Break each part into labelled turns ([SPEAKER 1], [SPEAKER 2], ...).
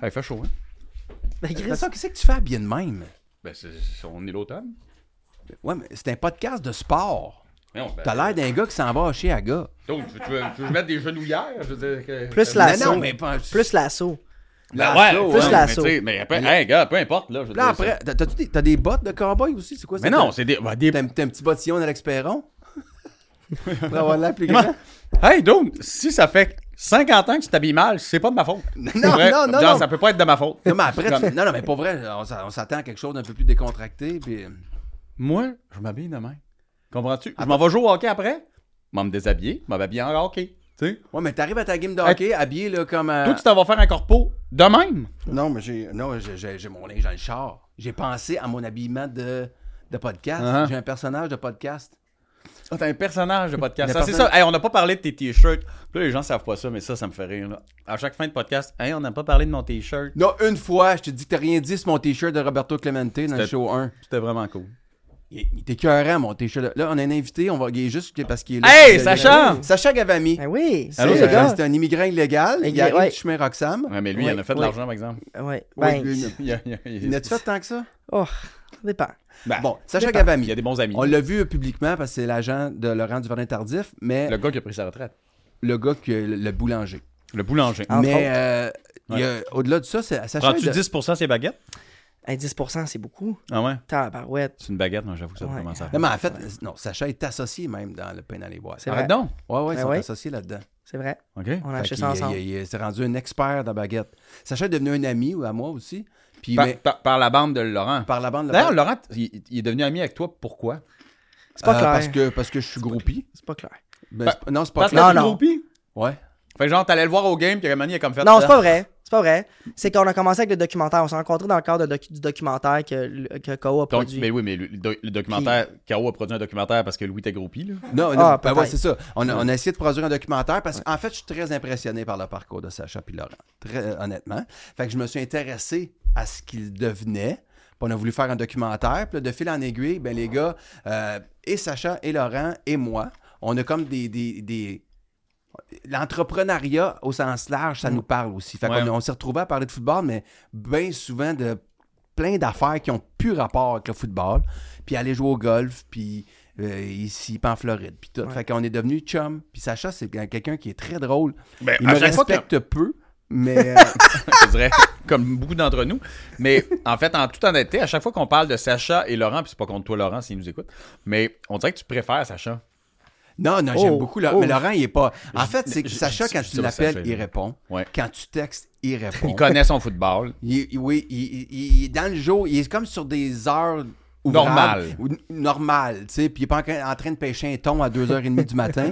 [SPEAKER 1] Ah, il fait chaud, hein?
[SPEAKER 2] Ben, Chris,
[SPEAKER 3] C'est ça, qu'est-ce que tu fais habillé de même?
[SPEAKER 1] Ben, c'est, c'est- on est l'automne.
[SPEAKER 3] Ouais, mais c'est un podcast de sport.
[SPEAKER 1] Mais on- ben,
[SPEAKER 3] T'as l'air d'un gars qui s'en va à chier à gars.
[SPEAKER 1] Donc, tu veux, tu veux- tu veux que je mette des genouillères? Je veux dire que...
[SPEAKER 2] Plus
[SPEAKER 3] Mais
[SPEAKER 2] lasso.
[SPEAKER 3] non, mais pas-
[SPEAKER 2] Plus lasso.
[SPEAKER 1] La,
[SPEAKER 3] Lasso,
[SPEAKER 1] ouais,
[SPEAKER 2] plus
[SPEAKER 1] mais
[SPEAKER 2] lasso.
[SPEAKER 1] tu sais, Mais, après, hey, gars, peu importe, là. Je veux
[SPEAKER 3] Là,
[SPEAKER 1] dire,
[SPEAKER 3] après, t'as- t'as-tu des- t'as des bottes de cowboy aussi? C'est quoi
[SPEAKER 1] c'est-
[SPEAKER 3] ça?
[SPEAKER 1] Mais non, c'est des... bah, des...
[SPEAKER 3] T'as un t'as un petit bottillon d'Alex Perron? Pour avoir l'air plus grand?
[SPEAKER 1] Hey, donc, si ça fait 50 ans que tu t'habilles mal, c'est pas de ma faute. Non,
[SPEAKER 3] non, non, non.
[SPEAKER 1] Ça peut pas être de ma faute.
[SPEAKER 3] Non, mais après, tu- non, non, mais pas vrai, on s'a- on s'attend à quelque chose d'un peu plus décontracté. Puis... euh,
[SPEAKER 1] Moi, je m'habille demain. Comprends-tu? Je m'en vais jouer au hockey après. Je vais me déshabiller. Je vais m'habiller en hockey. Tu sais?
[SPEAKER 3] Ouais, mais t'arrives à ta game de hockey habillé là, comme. euh,
[SPEAKER 1] Toi, tu t'en vas faire un corpo de même.
[SPEAKER 3] Non, mais j'ai non, j'ai- j'ai j'ai mon linge dans le char. J'ai pensé à mon habillement de, de podcast.
[SPEAKER 1] Uh-huh.
[SPEAKER 3] J'ai un personnage de podcast.
[SPEAKER 1] Ah, t'as un personnage de podcast.
[SPEAKER 3] Le
[SPEAKER 1] Ça, c'est ça.
[SPEAKER 3] personnage-
[SPEAKER 1] Hey, on n'a pas parlé de tes t-shirts. Là, les gens savent pas ça, mais ça, ça me fait rire. là. À chaque fin de podcast, hey, on n'a pas parlé de mon t-shirt.
[SPEAKER 3] Non, une fois, je te dis que t'as rien dit sur mon t-shirt de Roberto Clemente dans le
[SPEAKER 1] C'était-
[SPEAKER 3] show 1.
[SPEAKER 1] C'était vraiment cool.
[SPEAKER 3] Il, il était écœurant, mon t-shirt. Là, on a un invité, on va il est juste parce qu'il est là.
[SPEAKER 1] Hey,
[SPEAKER 3] Il est-
[SPEAKER 1] Sacha!
[SPEAKER 3] Sacha Gavami.
[SPEAKER 2] Ben oui.
[SPEAKER 1] Allô,
[SPEAKER 2] Salut,
[SPEAKER 3] C'est
[SPEAKER 2] les
[SPEAKER 1] Sacha.
[SPEAKER 3] un-
[SPEAKER 2] gars.
[SPEAKER 3] c'est un immigrant illégal. Il
[SPEAKER 2] Inglé-
[SPEAKER 3] arrive
[SPEAKER 2] ouais.
[SPEAKER 3] du chemin Roxham.
[SPEAKER 1] Ouais, mais lui,
[SPEAKER 2] Oui,
[SPEAKER 1] il en a fait de
[SPEAKER 2] oui.
[SPEAKER 1] l'argent, par exemple.
[SPEAKER 2] Ouais.
[SPEAKER 3] Ouais,
[SPEAKER 2] Ben,
[SPEAKER 3] lui,
[SPEAKER 1] Il y a- il y a- il y a-
[SPEAKER 3] il n'a-tu fait tant que ça?
[SPEAKER 2] oh, ça dépend.
[SPEAKER 1] Ben,
[SPEAKER 3] Bon, Sacha
[SPEAKER 1] il y
[SPEAKER 3] Gavami.
[SPEAKER 1] a des bons amis.
[SPEAKER 3] On l'a vu publiquement parce que c'est l'agent de Laurent Duvernay-Tardif, mais
[SPEAKER 1] Le
[SPEAKER 3] le,
[SPEAKER 1] gars qui a pris sa retraite.
[SPEAKER 3] gars qui est le, le boulanger.
[SPEAKER 1] Le boulanger.
[SPEAKER 2] Entre
[SPEAKER 3] mais
[SPEAKER 2] autres.
[SPEAKER 3] euh, il y a- au-delà de ça, c'est, Sacha...
[SPEAKER 1] Prends-tu
[SPEAKER 3] de-
[SPEAKER 1] 10% ses baguettes?
[SPEAKER 2] Hey, 10%, c'est beaucoup.
[SPEAKER 1] Ah ouais?
[SPEAKER 2] Tabarouette.
[SPEAKER 1] C'est une baguette, non, j'avoue que ça va
[SPEAKER 2] Ouais.
[SPEAKER 1] commencer à
[SPEAKER 3] Non, mais en fait, non, Sacha est associé même dans le pain dans les bois.
[SPEAKER 2] C'est vrai.
[SPEAKER 1] Arrête donc.
[SPEAKER 3] Ouais, ouais, ils
[SPEAKER 2] Ben
[SPEAKER 3] sont
[SPEAKER 2] ouais.
[SPEAKER 3] associés là-dedans.
[SPEAKER 2] C'est vrai.
[SPEAKER 1] OK?
[SPEAKER 2] On a
[SPEAKER 3] Fait
[SPEAKER 2] acheté
[SPEAKER 3] qu'il-
[SPEAKER 2] ça ensemble.
[SPEAKER 3] il- il s'est rendu un expert de la baguette. Sacha est devenu un ami ou à moi aussi. Puis
[SPEAKER 1] Par,
[SPEAKER 3] mais-
[SPEAKER 1] par- par la bande de Laurent.
[SPEAKER 3] par la bande de la
[SPEAKER 1] D'ailleurs,
[SPEAKER 3] bande-
[SPEAKER 1] Laurent, il, il est devenu ami avec toi. Pourquoi?
[SPEAKER 2] C'est pas
[SPEAKER 1] Ah,
[SPEAKER 3] Euh,
[SPEAKER 2] clair.
[SPEAKER 3] parce, que, parce que je suis groupie.
[SPEAKER 2] C'est pas clair.
[SPEAKER 3] Ben,
[SPEAKER 1] Pa-
[SPEAKER 3] c'est pas- non, c'est pas
[SPEAKER 1] Parce que
[SPEAKER 3] clair.
[SPEAKER 2] Non,
[SPEAKER 1] t'es
[SPEAKER 2] non.
[SPEAKER 1] groupie?
[SPEAKER 3] Ouais.
[SPEAKER 1] Fait que genre, t'allais le voir au game, puis Ramani a comme fait.
[SPEAKER 2] Non,
[SPEAKER 1] ça.
[SPEAKER 2] c'est pas vrai. C'est pas vrai. C'est qu'on a commencé avec le documentaire. On s'est rencontrés dans le cadre de docu- du documentaire que, le- que KO a
[SPEAKER 1] Donc,
[SPEAKER 2] produit.
[SPEAKER 1] mais oui, mais le, le doc- le documentaire, K.O. a produit un documentaire parce que Louis était groupie, là.
[SPEAKER 3] Non, non,
[SPEAKER 2] Ah,
[SPEAKER 3] ben ouais,
[SPEAKER 2] peut-être.
[SPEAKER 3] c'est ça. On a, on a essayé de produire un documentaire parce qu'en fait, je suis très impressionné par le parcours de Sacha puis Laurent. Très euh, honnêtement. Fait que je me suis intéressé à ce qu'ils devenaient. Puis on a voulu faire un documentaire. Puis là, de fil en aiguille, ben les gars, euh, et Sacha et Laurent et moi, on a comme des. des- des- L'entrepreneuriat au sens large, ça nous parle aussi. Fait
[SPEAKER 1] Mm. Ouais.
[SPEAKER 3] qu'on on s'est retrouvés à parler de football, mais bien souvent de plein d'affaires qui ont plus rapport avec le football, puis aller jouer au golf, puis euh, ici, puis en Floride, puis tout. Fait qu'on est devenu chum. Puis Sacha, c'est quelqu'un qui est très drôle.
[SPEAKER 1] Ben,
[SPEAKER 3] Il
[SPEAKER 1] à
[SPEAKER 3] me
[SPEAKER 1] chaque fois que-
[SPEAKER 3] respecte peu, mais euh,
[SPEAKER 1] je dirais, comme beaucoup d'entre nous. Mais en fait, en toute honnêteté, à chaque fois qu'on parle de Sacha et Laurent, puis c'est pas contre toi, Laurent, s'il nous écoute, mais on dirait que tu préfères Sacha.
[SPEAKER 3] non, non, j'aime beaucoup. Laurent.
[SPEAKER 2] oh.
[SPEAKER 3] Mais Laurent, il est pas... En fait, c'est que
[SPEAKER 1] je-
[SPEAKER 3] Sacha,
[SPEAKER 1] je-
[SPEAKER 3] quand
[SPEAKER 1] je-
[SPEAKER 3] tu
[SPEAKER 1] ça,
[SPEAKER 3] l'appelles,
[SPEAKER 1] Sacha,
[SPEAKER 3] il
[SPEAKER 1] là.
[SPEAKER 3] répond.
[SPEAKER 1] Ouais.
[SPEAKER 3] Quand tu textes, il répond.
[SPEAKER 1] Il connaît son football.
[SPEAKER 3] Il- il- oui, il, il- il est dans le jour, il est comme sur des heures ouvrables.
[SPEAKER 1] Normal.
[SPEAKER 3] Ou- normal, tu sais, puis il est pas en, en train de pêcher un thon à 2h30 du matin.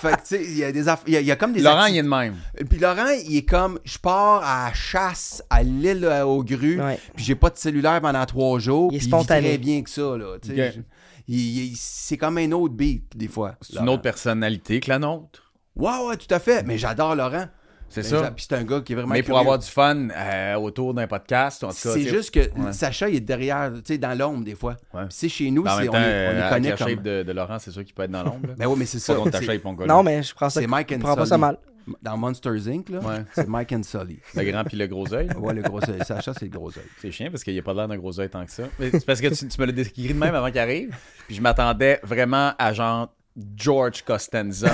[SPEAKER 3] fait que, tu sais, il y a des aff- il y a, il y a comme des
[SPEAKER 1] Laurent,
[SPEAKER 3] acti-
[SPEAKER 1] il est de même.
[SPEAKER 3] Puis Laurent, il est comme, je pars à la chasse à l'île euh, aux grues,
[SPEAKER 2] Ouais.
[SPEAKER 3] puis j'ai pas de cellulaire pendant trois jours.
[SPEAKER 2] Il est
[SPEAKER 3] puis
[SPEAKER 2] spontané.
[SPEAKER 3] Il vit très bien que ça, là. tu sais.
[SPEAKER 1] Ok.
[SPEAKER 3] Il- il- c'est comme un autre beat, des fois.
[SPEAKER 1] C'est une autre personnalité que la nôtre.
[SPEAKER 3] Ouais, ouais, tout à fait. Mais j'adore Laurent.
[SPEAKER 1] C'est
[SPEAKER 3] Ben,
[SPEAKER 1] ça.
[SPEAKER 3] j'a- Puis c'est un gars qui est vraiment
[SPEAKER 1] Mais pour
[SPEAKER 3] curieux.
[SPEAKER 1] avoir du fun euh, autour d'un podcast, en tout cas,
[SPEAKER 3] C'est
[SPEAKER 1] tu sais,
[SPEAKER 3] juste que
[SPEAKER 1] Ouais.
[SPEAKER 3] Sacha, il est derrière, tu sais, dans l'ombre, des fois.
[SPEAKER 1] Ouais.
[SPEAKER 3] Puis C'est chez nous,
[SPEAKER 1] en
[SPEAKER 3] c'est-
[SPEAKER 1] même
[SPEAKER 3] on,
[SPEAKER 1] temps,
[SPEAKER 3] est, on est
[SPEAKER 1] euh, avec
[SPEAKER 3] connectés
[SPEAKER 1] la shape
[SPEAKER 3] comme-
[SPEAKER 1] de, de Laurent, c'est sûr qu'il peut être dans l'ombre. là.
[SPEAKER 3] Ben oui, mais c'est
[SPEAKER 1] Pas
[SPEAKER 3] ça.
[SPEAKER 1] contre ta
[SPEAKER 3] c'est-
[SPEAKER 1] shape, mon gars.
[SPEAKER 2] Non, mais je prends ça.
[SPEAKER 3] C'est Mike and
[SPEAKER 2] je prends pas ça
[SPEAKER 3] Sully.
[SPEAKER 2] mal.
[SPEAKER 3] Dans Monsters Inc, là,
[SPEAKER 1] Ouais.
[SPEAKER 3] c'est Mike and Sully.
[SPEAKER 1] Le grand puis le gros œil.
[SPEAKER 3] Ouais, le gros œil. Sacha, c'est le gros œil.
[SPEAKER 1] C'est chiant parce qu'il n'y a pas l'air d'un gros œil tant que ça. Mais C'est parce que tu, tu me l'as décrit de même avant qu'il arrive. Puis je m'attendais vraiment à genre George Costanza.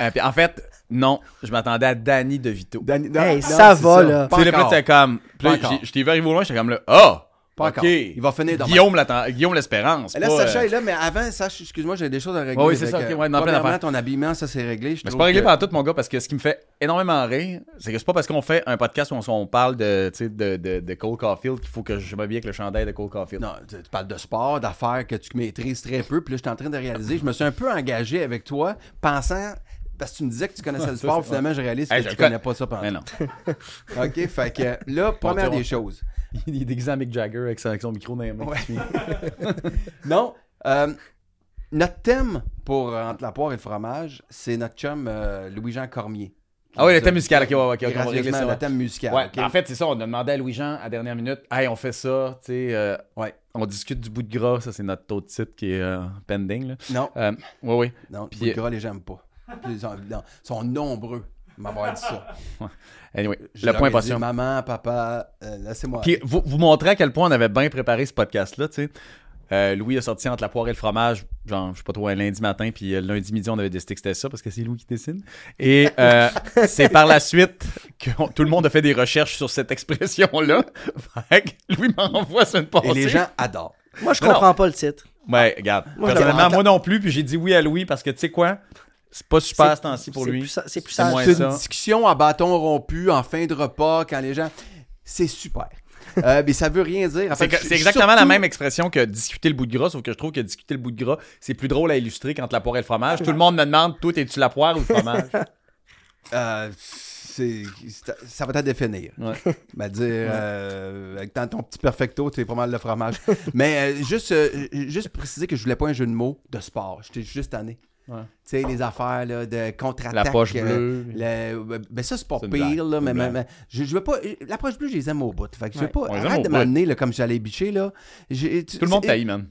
[SPEAKER 1] Euh, puis en fait, non, je m'attendais à Danny DeVito. Tu
[SPEAKER 3] Danny- non,
[SPEAKER 2] Hey,
[SPEAKER 3] non,
[SPEAKER 2] ça
[SPEAKER 3] c'est
[SPEAKER 2] va, là.
[SPEAKER 3] Pas
[SPEAKER 1] sais, le plus,
[SPEAKER 3] encore.
[SPEAKER 1] c'est comme. puis là,
[SPEAKER 3] Pas
[SPEAKER 1] j'ai-
[SPEAKER 3] encore.
[SPEAKER 1] je t'ai vu arriver au loin, j'étais comme là. Ah!
[SPEAKER 3] Pas
[SPEAKER 1] OK.
[SPEAKER 3] encore. Il va finir demain.
[SPEAKER 1] Guillaume, l'attend- Guillaume l'Espérance.
[SPEAKER 3] Là,
[SPEAKER 1] pas,
[SPEAKER 3] Sacha
[SPEAKER 1] euh,
[SPEAKER 3] est là, mais avant, Sacha, excuse-moi, j'ai des choses à régler.
[SPEAKER 1] Ouais, oui, c'est
[SPEAKER 3] Fait
[SPEAKER 1] ça,
[SPEAKER 3] que,
[SPEAKER 1] ok, ouais, non, plein
[SPEAKER 3] premièrement,
[SPEAKER 1] d'affaires.
[SPEAKER 3] ton habillement, ça, c'est réglé. Je
[SPEAKER 1] Mais c'est
[SPEAKER 3] trouve
[SPEAKER 1] pas réglé
[SPEAKER 3] que-
[SPEAKER 1] par tout, mon gars, parce que ce qui me fait énormément rire, c'est que c'est pas parce qu'on fait un podcast où on, on parle de, tu sais, de, de, de Cole Caulfield qu'il faut que je m'habille avec le chandail de Cole Caulfield.
[SPEAKER 3] Non, tu tu parles de sport, d'affaires que tu maîtrises très peu. Puis là, je suis en train de réaliser, je me suis un peu engagé avec toi, pensant. Parce que tu me disais que tu connaissais le sport, finalement, je réalise que
[SPEAKER 1] Hey, je
[SPEAKER 3] tu
[SPEAKER 1] le connais.
[SPEAKER 3] connais pas ça pendant.
[SPEAKER 1] Mais non.
[SPEAKER 3] OK, fait que là, première
[SPEAKER 1] dira-
[SPEAKER 3] des choses.
[SPEAKER 1] Il est déguisé en Mick Jagger avec son, avec son micro dans les mains.
[SPEAKER 3] Non, euh, notre thème pour euh, Entre la poire et le fromage, c'est notre chum euh, Louis-Jean Cormier.
[SPEAKER 1] Ah oui, le thème musical. Ok, ouais, ouais, ok, ok, on va régler
[SPEAKER 3] Gracieusement,
[SPEAKER 1] ça.
[SPEAKER 3] le thème musical.
[SPEAKER 1] Ouais,
[SPEAKER 3] ok?
[SPEAKER 1] En fait, c'est ça. On a demandé à Louis-Jean à la dernière minute Hey, on fait ça. Tu sais, euh,
[SPEAKER 3] Ouais.
[SPEAKER 1] on discute du bout de gras. Ça, c'est notre taux de titre qui est euh, pending. Là.
[SPEAKER 3] Non,
[SPEAKER 1] Euh, ouais, ouais.
[SPEAKER 3] non,
[SPEAKER 1] Puis-
[SPEAKER 3] les gars, les j'aime pas. Ils sont, non, ils sont nombreux. m'avoir dit ça.
[SPEAKER 1] Anyway,
[SPEAKER 3] Je
[SPEAKER 1] le
[SPEAKER 3] leur
[SPEAKER 1] point
[SPEAKER 3] ai dit,
[SPEAKER 1] passion.
[SPEAKER 3] Maman, papa, euh, laissez-moi.
[SPEAKER 1] Puis
[SPEAKER 3] aller.
[SPEAKER 1] vous, vous montrez à quel point on avait bien préparé ce podcast-là, tu sais. Euh, Louis a sorti entre la poire et le fromage, genre, je sais pas trop, un lundi matin, puis euh, lundi midi, on avait décidé que c'était ça, parce que c'est Louis qui dessine. Et euh, c'est par la suite que on- tout le monde a fait des recherches sur cette expression-là. Fait que Louis m'envoie sur une passée.
[SPEAKER 3] Et les gens adorent.
[SPEAKER 2] Moi, je
[SPEAKER 1] Non, non.
[SPEAKER 2] comprends pas le titre.
[SPEAKER 1] Ouais, regarde.
[SPEAKER 2] Moi, je
[SPEAKER 1] Personnellement,
[SPEAKER 2] l'avais
[SPEAKER 1] moi non plus, puis j'ai dit oui à Louis, parce que tu sais quoi, c'est pas super
[SPEAKER 2] C'est-
[SPEAKER 1] ce temps-ci pour
[SPEAKER 2] c'est
[SPEAKER 1] lui.
[SPEAKER 2] plus ça- c'est plus
[SPEAKER 1] ça.
[SPEAKER 2] sage.
[SPEAKER 1] moins
[SPEAKER 3] Ah, C'est
[SPEAKER 1] ça.
[SPEAKER 3] une discussion à bâton rompu en fin de repas quand les gens. C'est super. Euh, mais ça veut rien dire. En
[SPEAKER 1] C'est
[SPEAKER 3] fait,
[SPEAKER 1] Ah, que-
[SPEAKER 3] je-
[SPEAKER 1] c'est exactement
[SPEAKER 3] surtout-
[SPEAKER 1] la même expression que discuter le bout de gras, sauf que je trouve que discuter le bout de gras, c'est plus drôle à illustrer quand la poire et le fromage. Tout le monde me demande, toi, es-tu la poire ou le fromage?
[SPEAKER 3] Euh, c'est- c'est- ça va te définir.
[SPEAKER 1] Ouais.
[SPEAKER 3] Ben, dire, euh, avec ton, ton petit perfecto, t'es pas mal le fromage. Mais euh, juste, euh, juste préciser que je voulais pas un jeu de mots de sport. J'étais juste tanné.
[SPEAKER 1] Ouais.
[SPEAKER 3] Tu sais, les affaires là, de contre-attaque.
[SPEAKER 1] La poche
[SPEAKER 3] euh,
[SPEAKER 1] bleue.
[SPEAKER 3] le- ben ça, c'est pas
[SPEAKER 1] C'est une blague.
[SPEAKER 3] pire, là, mais,
[SPEAKER 1] C'est une
[SPEAKER 3] mais-
[SPEAKER 1] blague.
[SPEAKER 3] mais je, je veux pas. La poche bleue, je les aime au bout. Fait que je veux
[SPEAKER 2] Ouais.
[SPEAKER 3] pas.
[SPEAKER 1] On les aime
[SPEAKER 3] arrête
[SPEAKER 1] au
[SPEAKER 3] de
[SPEAKER 1] bout.
[SPEAKER 3] m'amener, là, comme j'allais bicher, là. J'ai- tu-
[SPEAKER 1] Tout le monde
[SPEAKER 3] c'est-
[SPEAKER 1] taille, man.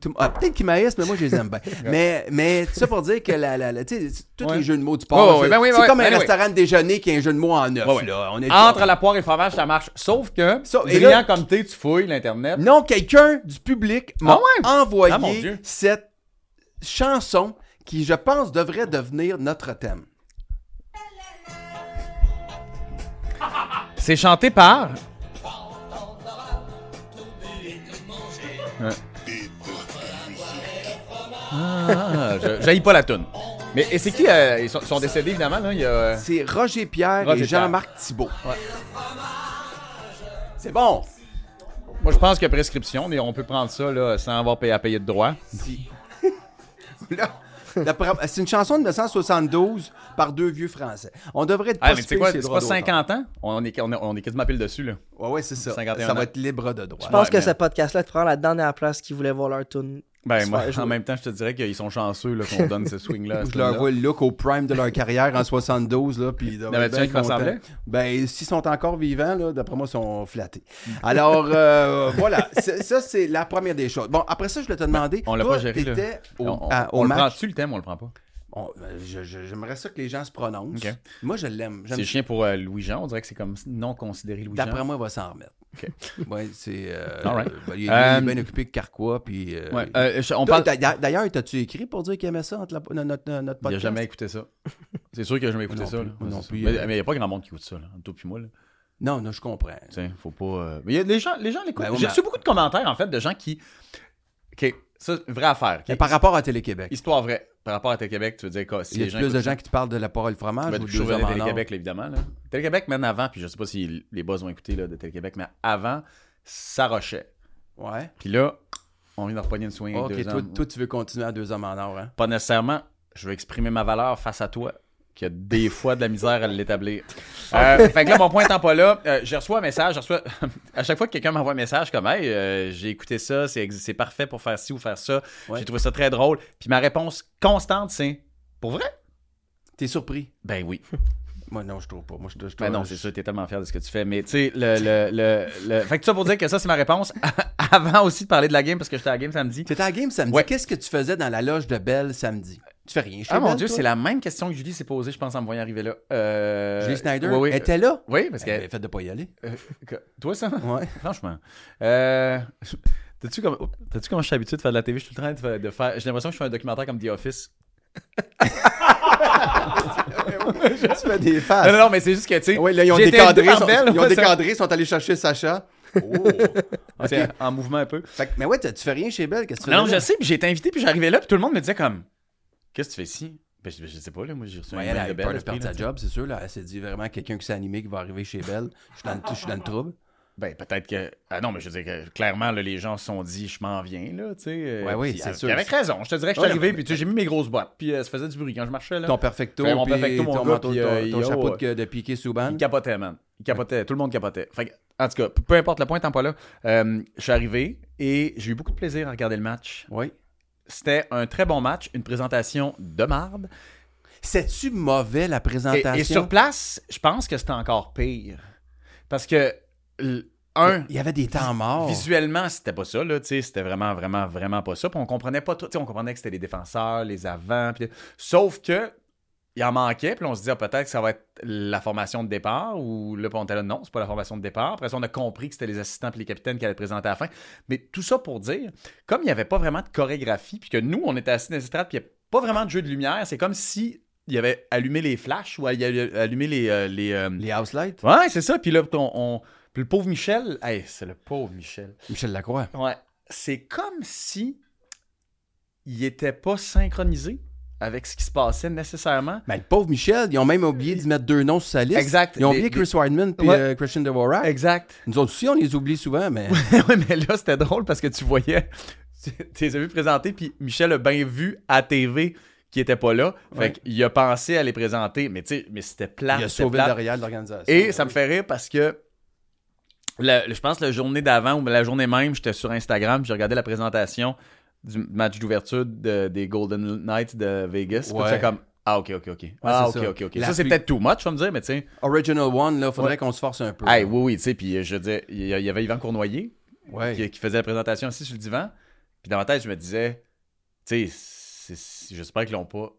[SPEAKER 3] tout- ah, Peut-être qu'ils m'haïssent, mais moi, je les aime bien. mais, mais tout ça pour dire que la, la- la- tu sais, tous
[SPEAKER 1] Ouais.
[SPEAKER 3] les jeux de mots du sport,
[SPEAKER 1] Ouais, ouais,
[SPEAKER 3] c'est
[SPEAKER 1] ben oui,
[SPEAKER 3] c'est
[SPEAKER 1] ouais,
[SPEAKER 3] comme un
[SPEAKER 1] anyway.
[SPEAKER 3] restaurant de déjeuner qui a un jeu de mots en neuf.
[SPEAKER 1] Ouais, ouais.
[SPEAKER 3] Là. On est
[SPEAKER 1] Entre la poire et le fromage, ça marche. Sauf que,
[SPEAKER 3] Sauf- et
[SPEAKER 1] brillant
[SPEAKER 3] là- Mm.
[SPEAKER 1] comme t'es, tu fouilles l'Internet.
[SPEAKER 3] Non, quelqu'un du public
[SPEAKER 1] Ah
[SPEAKER 3] m'a
[SPEAKER 1] ouais?
[SPEAKER 3] envoyé
[SPEAKER 1] Ah, mon Dieu.
[SPEAKER 3] cette chanson qui, je pense, devrait devenir notre thème.
[SPEAKER 1] C'est chanté par. Ouais. Ah, je j'haïs pas la toune. Mais et c'est qui euh, Ils sont, sont décédés, évidemment. Là, il y a, euh,
[SPEAKER 3] C'est Roger Pierre
[SPEAKER 1] Roger
[SPEAKER 3] et
[SPEAKER 1] Pierre.
[SPEAKER 3] Jean-Marc Thibault. C'est bon.
[SPEAKER 1] Moi, je pense que prescription, mais on peut prendre ça là, sans avoir payé à payer de droit.
[SPEAKER 3] Là, la pro- C'est une chanson de 1972 par deux vieux Français. On devrait être
[SPEAKER 1] Ah,
[SPEAKER 3] pas
[SPEAKER 1] mais tu
[SPEAKER 3] si
[SPEAKER 1] sais
[SPEAKER 3] pire
[SPEAKER 1] quoi,
[SPEAKER 3] sur les
[SPEAKER 1] c'est
[SPEAKER 3] droits
[SPEAKER 1] pas
[SPEAKER 3] d'auteur.
[SPEAKER 1] 50 ans? On est, on est, on est quasiment pile dessus, là.
[SPEAKER 3] Ouais, ouais, c'est ça.
[SPEAKER 1] 51
[SPEAKER 3] ça
[SPEAKER 1] ans.
[SPEAKER 3] va être libre de droit.
[SPEAKER 2] Je pense
[SPEAKER 1] Ouais,
[SPEAKER 2] que
[SPEAKER 1] mais-
[SPEAKER 2] ce podcast-là te prend la dernière place qu'ils voulaient voir leur tune.
[SPEAKER 1] Ben,
[SPEAKER 2] Se
[SPEAKER 1] moi,
[SPEAKER 2] faire jouer.
[SPEAKER 1] en même temps, je te dirais qu'ils sont chanceux là, qu'on donne ce swing-là. à ce
[SPEAKER 3] Je leur
[SPEAKER 1] là.
[SPEAKER 3] vois le look au prime de leur carrière en 72. Là, puis ils doivent
[SPEAKER 1] Y en avait-tu
[SPEAKER 3] être bien
[SPEAKER 1] un qui
[SPEAKER 3] contents.
[SPEAKER 1] ressemblait?
[SPEAKER 3] Ben, s'ils sont encore vivants, là, d'après moi, ils sont flattés. Alors, euh, voilà. C'est- Ça, c'est la première des choses. Bon, après ça, je voulais te demander.
[SPEAKER 1] on l'a
[SPEAKER 3] toi,
[SPEAKER 1] pas géré, là.
[SPEAKER 3] t'étais au,
[SPEAKER 1] on, on-
[SPEAKER 3] à- au
[SPEAKER 1] on le
[SPEAKER 3] match.
[SPEAKER 1] prend-tu le thème, on le prend pas?
[SPEAKER 3] Bon, euh, je- je- J'aimerais ça que les gens se prononcent.
[SPEAKER 1] Ok.
[SPEAKER 3] Moi, je l'aime. J'aime-
[SPEAKER 1] C'est chien pour euh, Louis-Jean, on dirait que c'est comme non considéré Louis-Jean.
[SPEAKER 3] D'après moi, il va s'en remettre.
[SPEAKER 1] Ok.
[SPEAKER 3] Ouais, c'est. euh,
[SPEAKER 1] All right.
[SPEAKER 3] ben, il, est- il
[SPEAKER 1] Euh,
[SPEAKER 3] est bien occupé que Carquois. Puis. euh,
[SPEAKER 1] Ouais, euh, je- on
[SPEAKER 3] toi,
[SPEAKER 1] parle...
[SPEAKER 3] t'as- D'ailleurs, t'as-tu écrit pour dire qu'il aimait ça entre la- notre, notre, notre
[SPEAKER 1] Il n'a
[SPEAKER 3] podcast?
[SPEAKER 1] jamais écouté ça. C'est sûr qu'il n'a jamais écouté
[SPEAKER 3] non
[SPEAKER 1] ça.
[SPEAKER 3] plus,
[SPEAKER 1] là.
[SPEAKER 3] moi non
[SPEAKER 1] C'est
[SPEAKER 3] plus,
[SPEAKER 1] ça. Mais
[SPEAKER 3] euh.
[SPEAKER 1] il n'y a pas grand monde qui écoute ça, là, entre toi puis moi. Là.
[SPEAKER 3] Non, non, je comprends.
[SPEAKER 1] Tu sais, faut pas. euh, Mais y a- les gens les gens l'écoutent.
[SPEAKER 3] Ben oui,
[SPEAKER 1] J'ai
[SPEAKER 3] mais-
[SPEAKER 1] reçu beaucoup de commentaires, en fait, de gens qui. OK, ça, vraie affaire. ok.
[SPEAKER 3] Mais par rapport à Télé-Québec,
[SPEAKER 1] Histoire vraie. Par rapport à Télé-Québec, tu veux dire quoi? Si
[SPEAKER 3] il y a
[SPEAKER 1] les gens
[SPEAKER 3] plus de
[SPEAKER 1] écoutent
[SPEAKER 3] gens qui te parlent de la parole fromage
[SPEAKER 1] Ben,
[SPEAKER 3] ou
[SPEAKER 1] tout
[SPEAKER 3] de
[SPEAKER 1] chaud
[SPEAKER 3] deux
[SPEAKER 1] vers
[SPEAKER 3] hommes en or.
[SPEAKER 1] Télé-Québec, là, évidemment. là. Télé-Québec, même avant, puis je sais pas si les boss vont écouter là, de Télé-Québec, mais avant, ça rochait.
[SPEAKER 3] Ouais.
[SPEAKER 1] Puis là, on vient de repogner une soigne avec
[SPEAKER 3] Ok,
[SPEAKER 1] deux
[SPEAKER 3] toi,
[SPEAKER 1] hommes.
[SPEAKER 3] toi, tu veux continuer à deux hommes en or, hein?
[SPEAKER 1] Pas nécessairement, je veux exprimer ma valeur face à toi, qui a des fois de la misère à l'établir. Euh, fait que là, mon point étant pas là, euh, je reçois un message, je reçois... à chaque fois que quelqu'un m'envoie un message comme « Hey, euh, j'ai écouté ça, c'est ex- c'est parfait pour faire ci ou faire ça,
[SPEAKER 3] Ouais.
[SPEAKER 1] j'ai trouvé ça très drôle. » Puis ma réponse constante, c'est « Pour vrai?
[SPEAKER 3] T'es surpris? »
[SPEAKER 1] Ben oui.
[SPEAKER 3] Moi, non, je trouve pas. Moi, je, je
[SPEAKER 1] Ben non, c'est sûr, t'es tellement fier de ce que tu fais. Mais tu sais, le, le, le, le- Fait que tout ça pour dire que ça, c'est ma réponse. Avant aussi de parler de la game, parce que j'étais à la game samedi.
[SPEAKER 3] T'étais à la game samedi.
[SPEAKER 1] Ouais.
[SPEAKER 3] Qu'est-ce que tu faisais dans la loge de Belle samedi? Tu fais rien.
[SPEAKER 1] Ah mon Dieu, c'est la même question que Julie s'est posée, je pense, en me voyant arriver là. Euh...
[SPEAKER 3] Julie Snyder
[SPEAKER 1] Oui, oui.
[SPEAKER 3] était là.
[SPEAKER 1] Oui, parce que.
[SPEAKER 3] Elle avait fait de pas y aller.
[SPEAKER 1] euh, que- Toi, ça
[SPEAKER 3] Ouais.
[SPEAKER 1] Franchement. Euh... T'as-tu comme... Oups. T'as-tu comment je suis habitué de faire de la TV? Je suis tout le temps de faire. J'ai l'impression que je fais un documentaire comme The Office.
[SPEAKER 3] tu fais des
[SPEAKER 1] Ah, Non, non,
[SPEAKER 3] faces.
[SPEAKER 1] non, mais c'est juste que, tu sais.
[SPEAKER 3] Oui, là, ils ont
[SPEAKER 1] j'ai été
[SPEAKER 3] décadré.
[SPEAKER 1] aidé
[SPEAKER 3] sont-
[SPEAKER 1] par Belle,
[SPEAKER 3] Ils ont
[SPEAKER 1] ouais, ça-
[SPEAKER 3] décadré, ils sont allés chercher Sacha. Oh.
[SPEAKER 1] C'est en mouvement un peu.
[SPEAKER 3] Fait que- mais ouais, t'as- tu fais rien chez Belle. Qu'est-ce que tu fais?
[SPEAKER 1] Non, je sais, puis j'ai été invité, puis j'arrivais là, puis tout le monde me disait comme Qu'est-ce que tu fais ici? Ben, je, je sais pas, là, moi j'ai reçu un
[SPEAKER 3] elle
[SPEAKER 1] email
[SPEAKER 3] a
[SPEAKER 1] de
[SPEAKER 3] eu peur de
[SPEAKER 1] Belle.
[SPEAKER 3] perdre sa job, c'est sûr. Là. Elle s'est dit vraiment quelqu'un qui s'est animé qui va arriver chez Belle. Je suis dans le, je suis dans le trouble.
[SPEAKER 1] Ben, peut-être que. Ah non, mais je veux dire que clairement, là, les gens se sont dit Je m'en viens, là, tu sais. euh,
[SPEAKER 3] Ouais, oui,
[SPEAKER 1] puis,
[SPEAKER 3] c'est
[SPEAKER 1] euh,
[SPEAKER 3] sûr.
[SPEAKER 1] puis Avec raison, je te dirais que je suis
[SPEAKER 3] Ouais,
[SPEAKER 1] arrivé,
[SPEAKER 3] mais-
[SPEAKER 1] puis tu sais, j'ai mis mes grosses bottes, puis euh, ça faisait du bruit quand je marchais, là.
[SPEAKER 3] Ton perfecto,
[SPEAKER 1] Ben, mon
[SPEAKER 3] puis
[SPEAKER 1] perfecto, mon
[SPEAKER 3] ton
[SPEAKER 1] gars,
[SPEAKER 3] manteau,
[SPEAKER 1] puis,
[SPEAKER 3] ton,
[SPEAKER 1] euh,
[SPEAKER 3] ton
[SPEAKER 1] yo,
[SPEAKER 3] chapeau de,
[SPEAKER 1] euh,
[SPEAKER 3] que- de piqué Souban.
[SPEAKER 1] Il capotait, man. Il capotait. Tout le monde capotait. Fait que, en tout cas, peu peu importe, le point étant pas là, euh, je suis arrivé et j'ai eu beaucoup de plaisir à regarder le match.
[SPEAKER 3] Oui.
[SPEAKER 1] C'était un très bon match, une présentation de marde.
[SPEAKER 3] C'est-tu mauvais la
[SPEAKER 1] Et,
[SPEAKER 3] présentation?
[SPEAKER 1] et sur place, je pense que c'était encore pire. Parce que, l- un,
[SPEAKER 3] Il y avait des temps morts.
[SPEAKER 1] visuellement, c'était pas ça, là, tu sais, c'était vraiment, vraiment, vraiment pas ça. Puis on comprenait pas tout, tu sais, on comprenait que c'était les défenseurs, les avants, puis- sauf que il en manquait, puis on se dit, ah, peut-être que ça va être la formation de départ, ou là, puis on était là, non, c'est pas la formation de départ. Après ça, on a compris que c'était les assistants puis les capitaines qui allaient présenter à la fin. Mais tout ça pour dire, comme il n'y avait pas vraiment de chorégraphie, puis que nous, on était assis dans les estrades, puis il n'y avait pas vraiment de jeu de lumière, c'est comme si il avait allumé les flashs ou il avait allumé les. euh, les euh,
[SPEAKER 3] Les house lights.
[SPEAKER 1] Ouais, c'est ça. Puis là, on, on- puis le pauvre Michel, hey, c'est le pauvre Michel.
[SPEAKER 3] Michel Lacroix.
[SPEAKER 1] Ouais. C'est comme si il était pas synchronisé avec ce qui se passait nécessairement.
[SPEAKER 3] Mais le pauvre Michel, ils ont même oublié d'y mettre deux noms sur sa liste.
[SPEAKER 1] Exact.
[SPEAKER 3] Ils ont
[SPEAKER 1] Les-
[SPEAKER 3] oublié Chris Weidman puis
[SPEAKER 1] Ouais.
[SPEAKER 3] euh, Christian Dvorak.
[SPEAKER 1] Exact.
[SPEAKER 3] Nous autres aussi, on les oublie souvent, mais
[SPEAKER 1] ouais, mais là, c'était drôle parce que tu voyais, tu tu les as vus présenter, puis Michel a bien vu à TV qui était pas là. Fait
[SPEAKER 3] Ouais.
[SPEAKER 1] qu'il a pensé à les présenter, mais tu sais, mais c'était plat.
[SPEAKER 3] il a sauvé le derrière de l'organisation.
[SPEAKER 1] Et ça me fait rire parce que le- le- je pense la journée d'avant ou la journée même, j'étais sur Instagram, j'ai regardé la présentation du match d'ouverture de- des Golden Knights de Vegas. Puis
[SPEAKER 3] Ouais.
[SPEAKER 1] j'étais comme ah ok ok ok ah ok
[SPEAKER 3] c'est ça.
[SPEAKER 1] ok ok
[SPEAKER 3] La
[SPEAKER 1] ça c'est
[SPEAKER 3] plus-
[SPEAKER 1] peut-être too much, je vais me dire mais tu sais
[SPEAKER 3] Original One, là, faudrait qu'on se force un peu.
[SPEAKER 1] hey, oui oui tu sais puis je disais il y a- il y avait Yvan Cournoyer
[SPEAKER 3] Ouais.
[SPEAKER 1] qui, qui faisait la présentation assis sur le divan. Puis dans ma tête, je me disais, tu sais, c'est- c'est- j'espère qu'ils l'ont pas.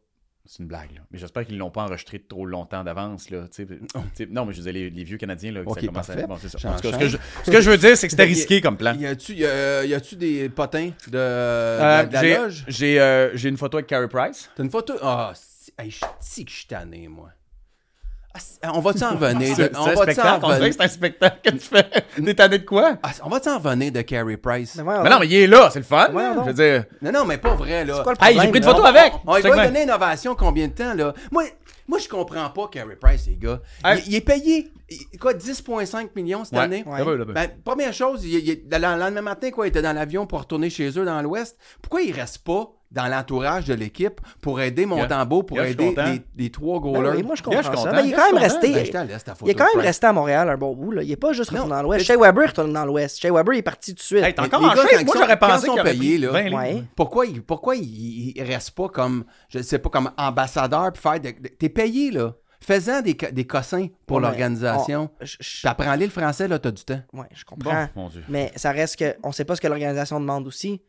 [SPEAKER 1] C'est une blague, là. Mais j'espère qu'ils l'ont pas enregistré trop longtemps d'avance, là. tu sais. Tu sais, non, mais je disais, les, les vieux Canadiens, là, que
[SPEAKER 3] Ok,
[SPEAKER 1] ça commence
[SPEAKER 3] parfait.
[SPEAKER 1] à. Bon, c'est ça.
[SPEAKER 3] J'en
[SPEAKER 1] En tout cas, ce
[SPEAKER 3] change.
[SPEAKER 1] que, je, ce que je veux dire, c'est que c'était
[SPEAKER 3] Il y a-
[SPEAKER 1] risqué comme plan.
[SPEAKER 3] Y a-tu y a- y a-tu des potins de, de la-
[SPEAKER 1] Euh,
[SPEAKER 3] de la
[SPEAKER 1] j'ai-
[SPEAKER 3] loge?
[SPEAKER 1] J'ai euh, j'ai une photo avec Carey Price.
[SPEAKER 3] T'as une photo? Ah, si- hey, je si que je suis tanné, moi. Ah, si- on va t'en revenir? de-
[SPEAKER 1] C'est-
[SPEAKER 3] on
[SPEAKER 1] c'est un
[SPEAKER 3] va t'en
[SPEAKER 1] spectacle. On dirait que
[SPEAKER 3] revenir?
[SPEAKER 1] c'est un spectacle que tu fais. T'es tanné de quoi?
[SPEAKER 3] Ah, on va t'en revenir de Carey Price?
[SPEAKER 2] Mais voyons
[SPEAKER 1] Mais non,
[SPEAKER 2] donc.
[SPEAKER 1] mais il est là, c'est le fun.
[SPEAKER 2] Voyons
[SPEAKER 1] hein.
[SPEAKER 2] donc.
[SPEAKER 1] Je veux dire.
[SPEAKER 3] Non, non, mais pas vrai, là.
[SPEAKER 2] C'est quoi le
[SPEAKER 1] Hey, j'ai
[SPEAKER 2] problème,
[SPEAKER 1] pris une
[SPEAKER 2] là?
[SPEAKER 1] photo avec!
[SPEAKER 3] On, on lui
[SPEAKER 1] Check
[SPEAKER 3] va
[SPEAKER 1] bien.
[SPEAKER 3] donner innovation combien de temps, là? Moi, moi je comprends pas Carey Price, les gars.
[SPEAKER 1] Hey.
[SPEAKER 3] Il, il est payé, il- quoi, 10,5 millions cette
[SPEAKER 1] Ouais.
[SPEAKER 3] année?
[SPEAKER 1] Ouais. Ouais, ouais, ouais.
[SPEAKER 3] Ben, première chose, il, il- le lendemain matin, quoi, il était dans l'avion pour retourner chez eux dans l'Ouest. Pourquoi il reste pas dans l'entourage de l'équipe pour aider Montembeau, pour
[SPEAKER 1] Yeah, je suis
[SPEAKER 3] aider
[SPEAKER 1] content.
[SPEAKER 3] les, les trois
[SPEAKER 2] Ben
[SPEAKER 3] goalers?
[SPEAKER 2] oui, moi, je
[SPEAKER 1] Gars, je suis
[SPEAKER 2] comprends ça.
[SPEAKER 1] content,
[SPEAKER 2] Mais il est
[SPEAKER 1] gars,
[SPEAKER 2] quand même
[SPEAKER 1] je suis
[SPEAKER 2] resté.
[SPEAKER 1] content.
[SPEAKER 3] Ben, je te laisse ta photo
[SPEAKER 2] Il est quand
[SPEAKER 3] de
[SPEAKER 2] même
[SPEAKER 3] Price.
[SPEAKER 2] resté à Montréal un bon bout. Là. Il est pas juste
[SPEAKER 3] Non,
[SPEAKER 2] retourné dans l'Ouest.
[SPEAKER 3] mais-
[SPEAKER 2] Shea Weber est retourné dans l'Ouest. Shea Weber est parti tout de suite.
[SPEAKER 1] Hey, t'es
[SPEAKER 3] Mais
[SPEAKER 1] encore
[SPEAKER 3] les
[SPEAKER 1] en
[SPEAKER 3] gars,
[SPEAKER 1] shape?
[SPEAKER 3] quand
[SPEAKER 1] Moi,
[SPEAKER 3] ils
[SPEAKER 1] j'aurais
[SPEAKER 3] sont- quand
[SPEAKER 1] pensé
[SPEAKER 3] ils sont
[SPEAKER 1] qu'il aurait pris
[SPEAKER 3] payés, là.
[SPEAKER 1] 20 livres.
[SPEAKER 2] Ouais.
[SPEAKER 3] Pourquoi il, pourquoi il, il reste pas comme, je sais pas, comme ambassadeur puis faire de- de- T'es payé, là. Faisant des, co- des cossins pour
[SPEAKER 2] Ouais, mais
[SPEAKER 3] l'organisation.
[SPEAKER 2] on- je- je-
[SPEAKER 3] T'apprends-les le français, là, t'as du temps.
[SPEAKER 2] ouais, je comprends.
[SPEAKER 1] Bon, mon Dieu.
[SPEAKER 2] Mais ça reste que on sait pas ce que l'organisation demande aussi.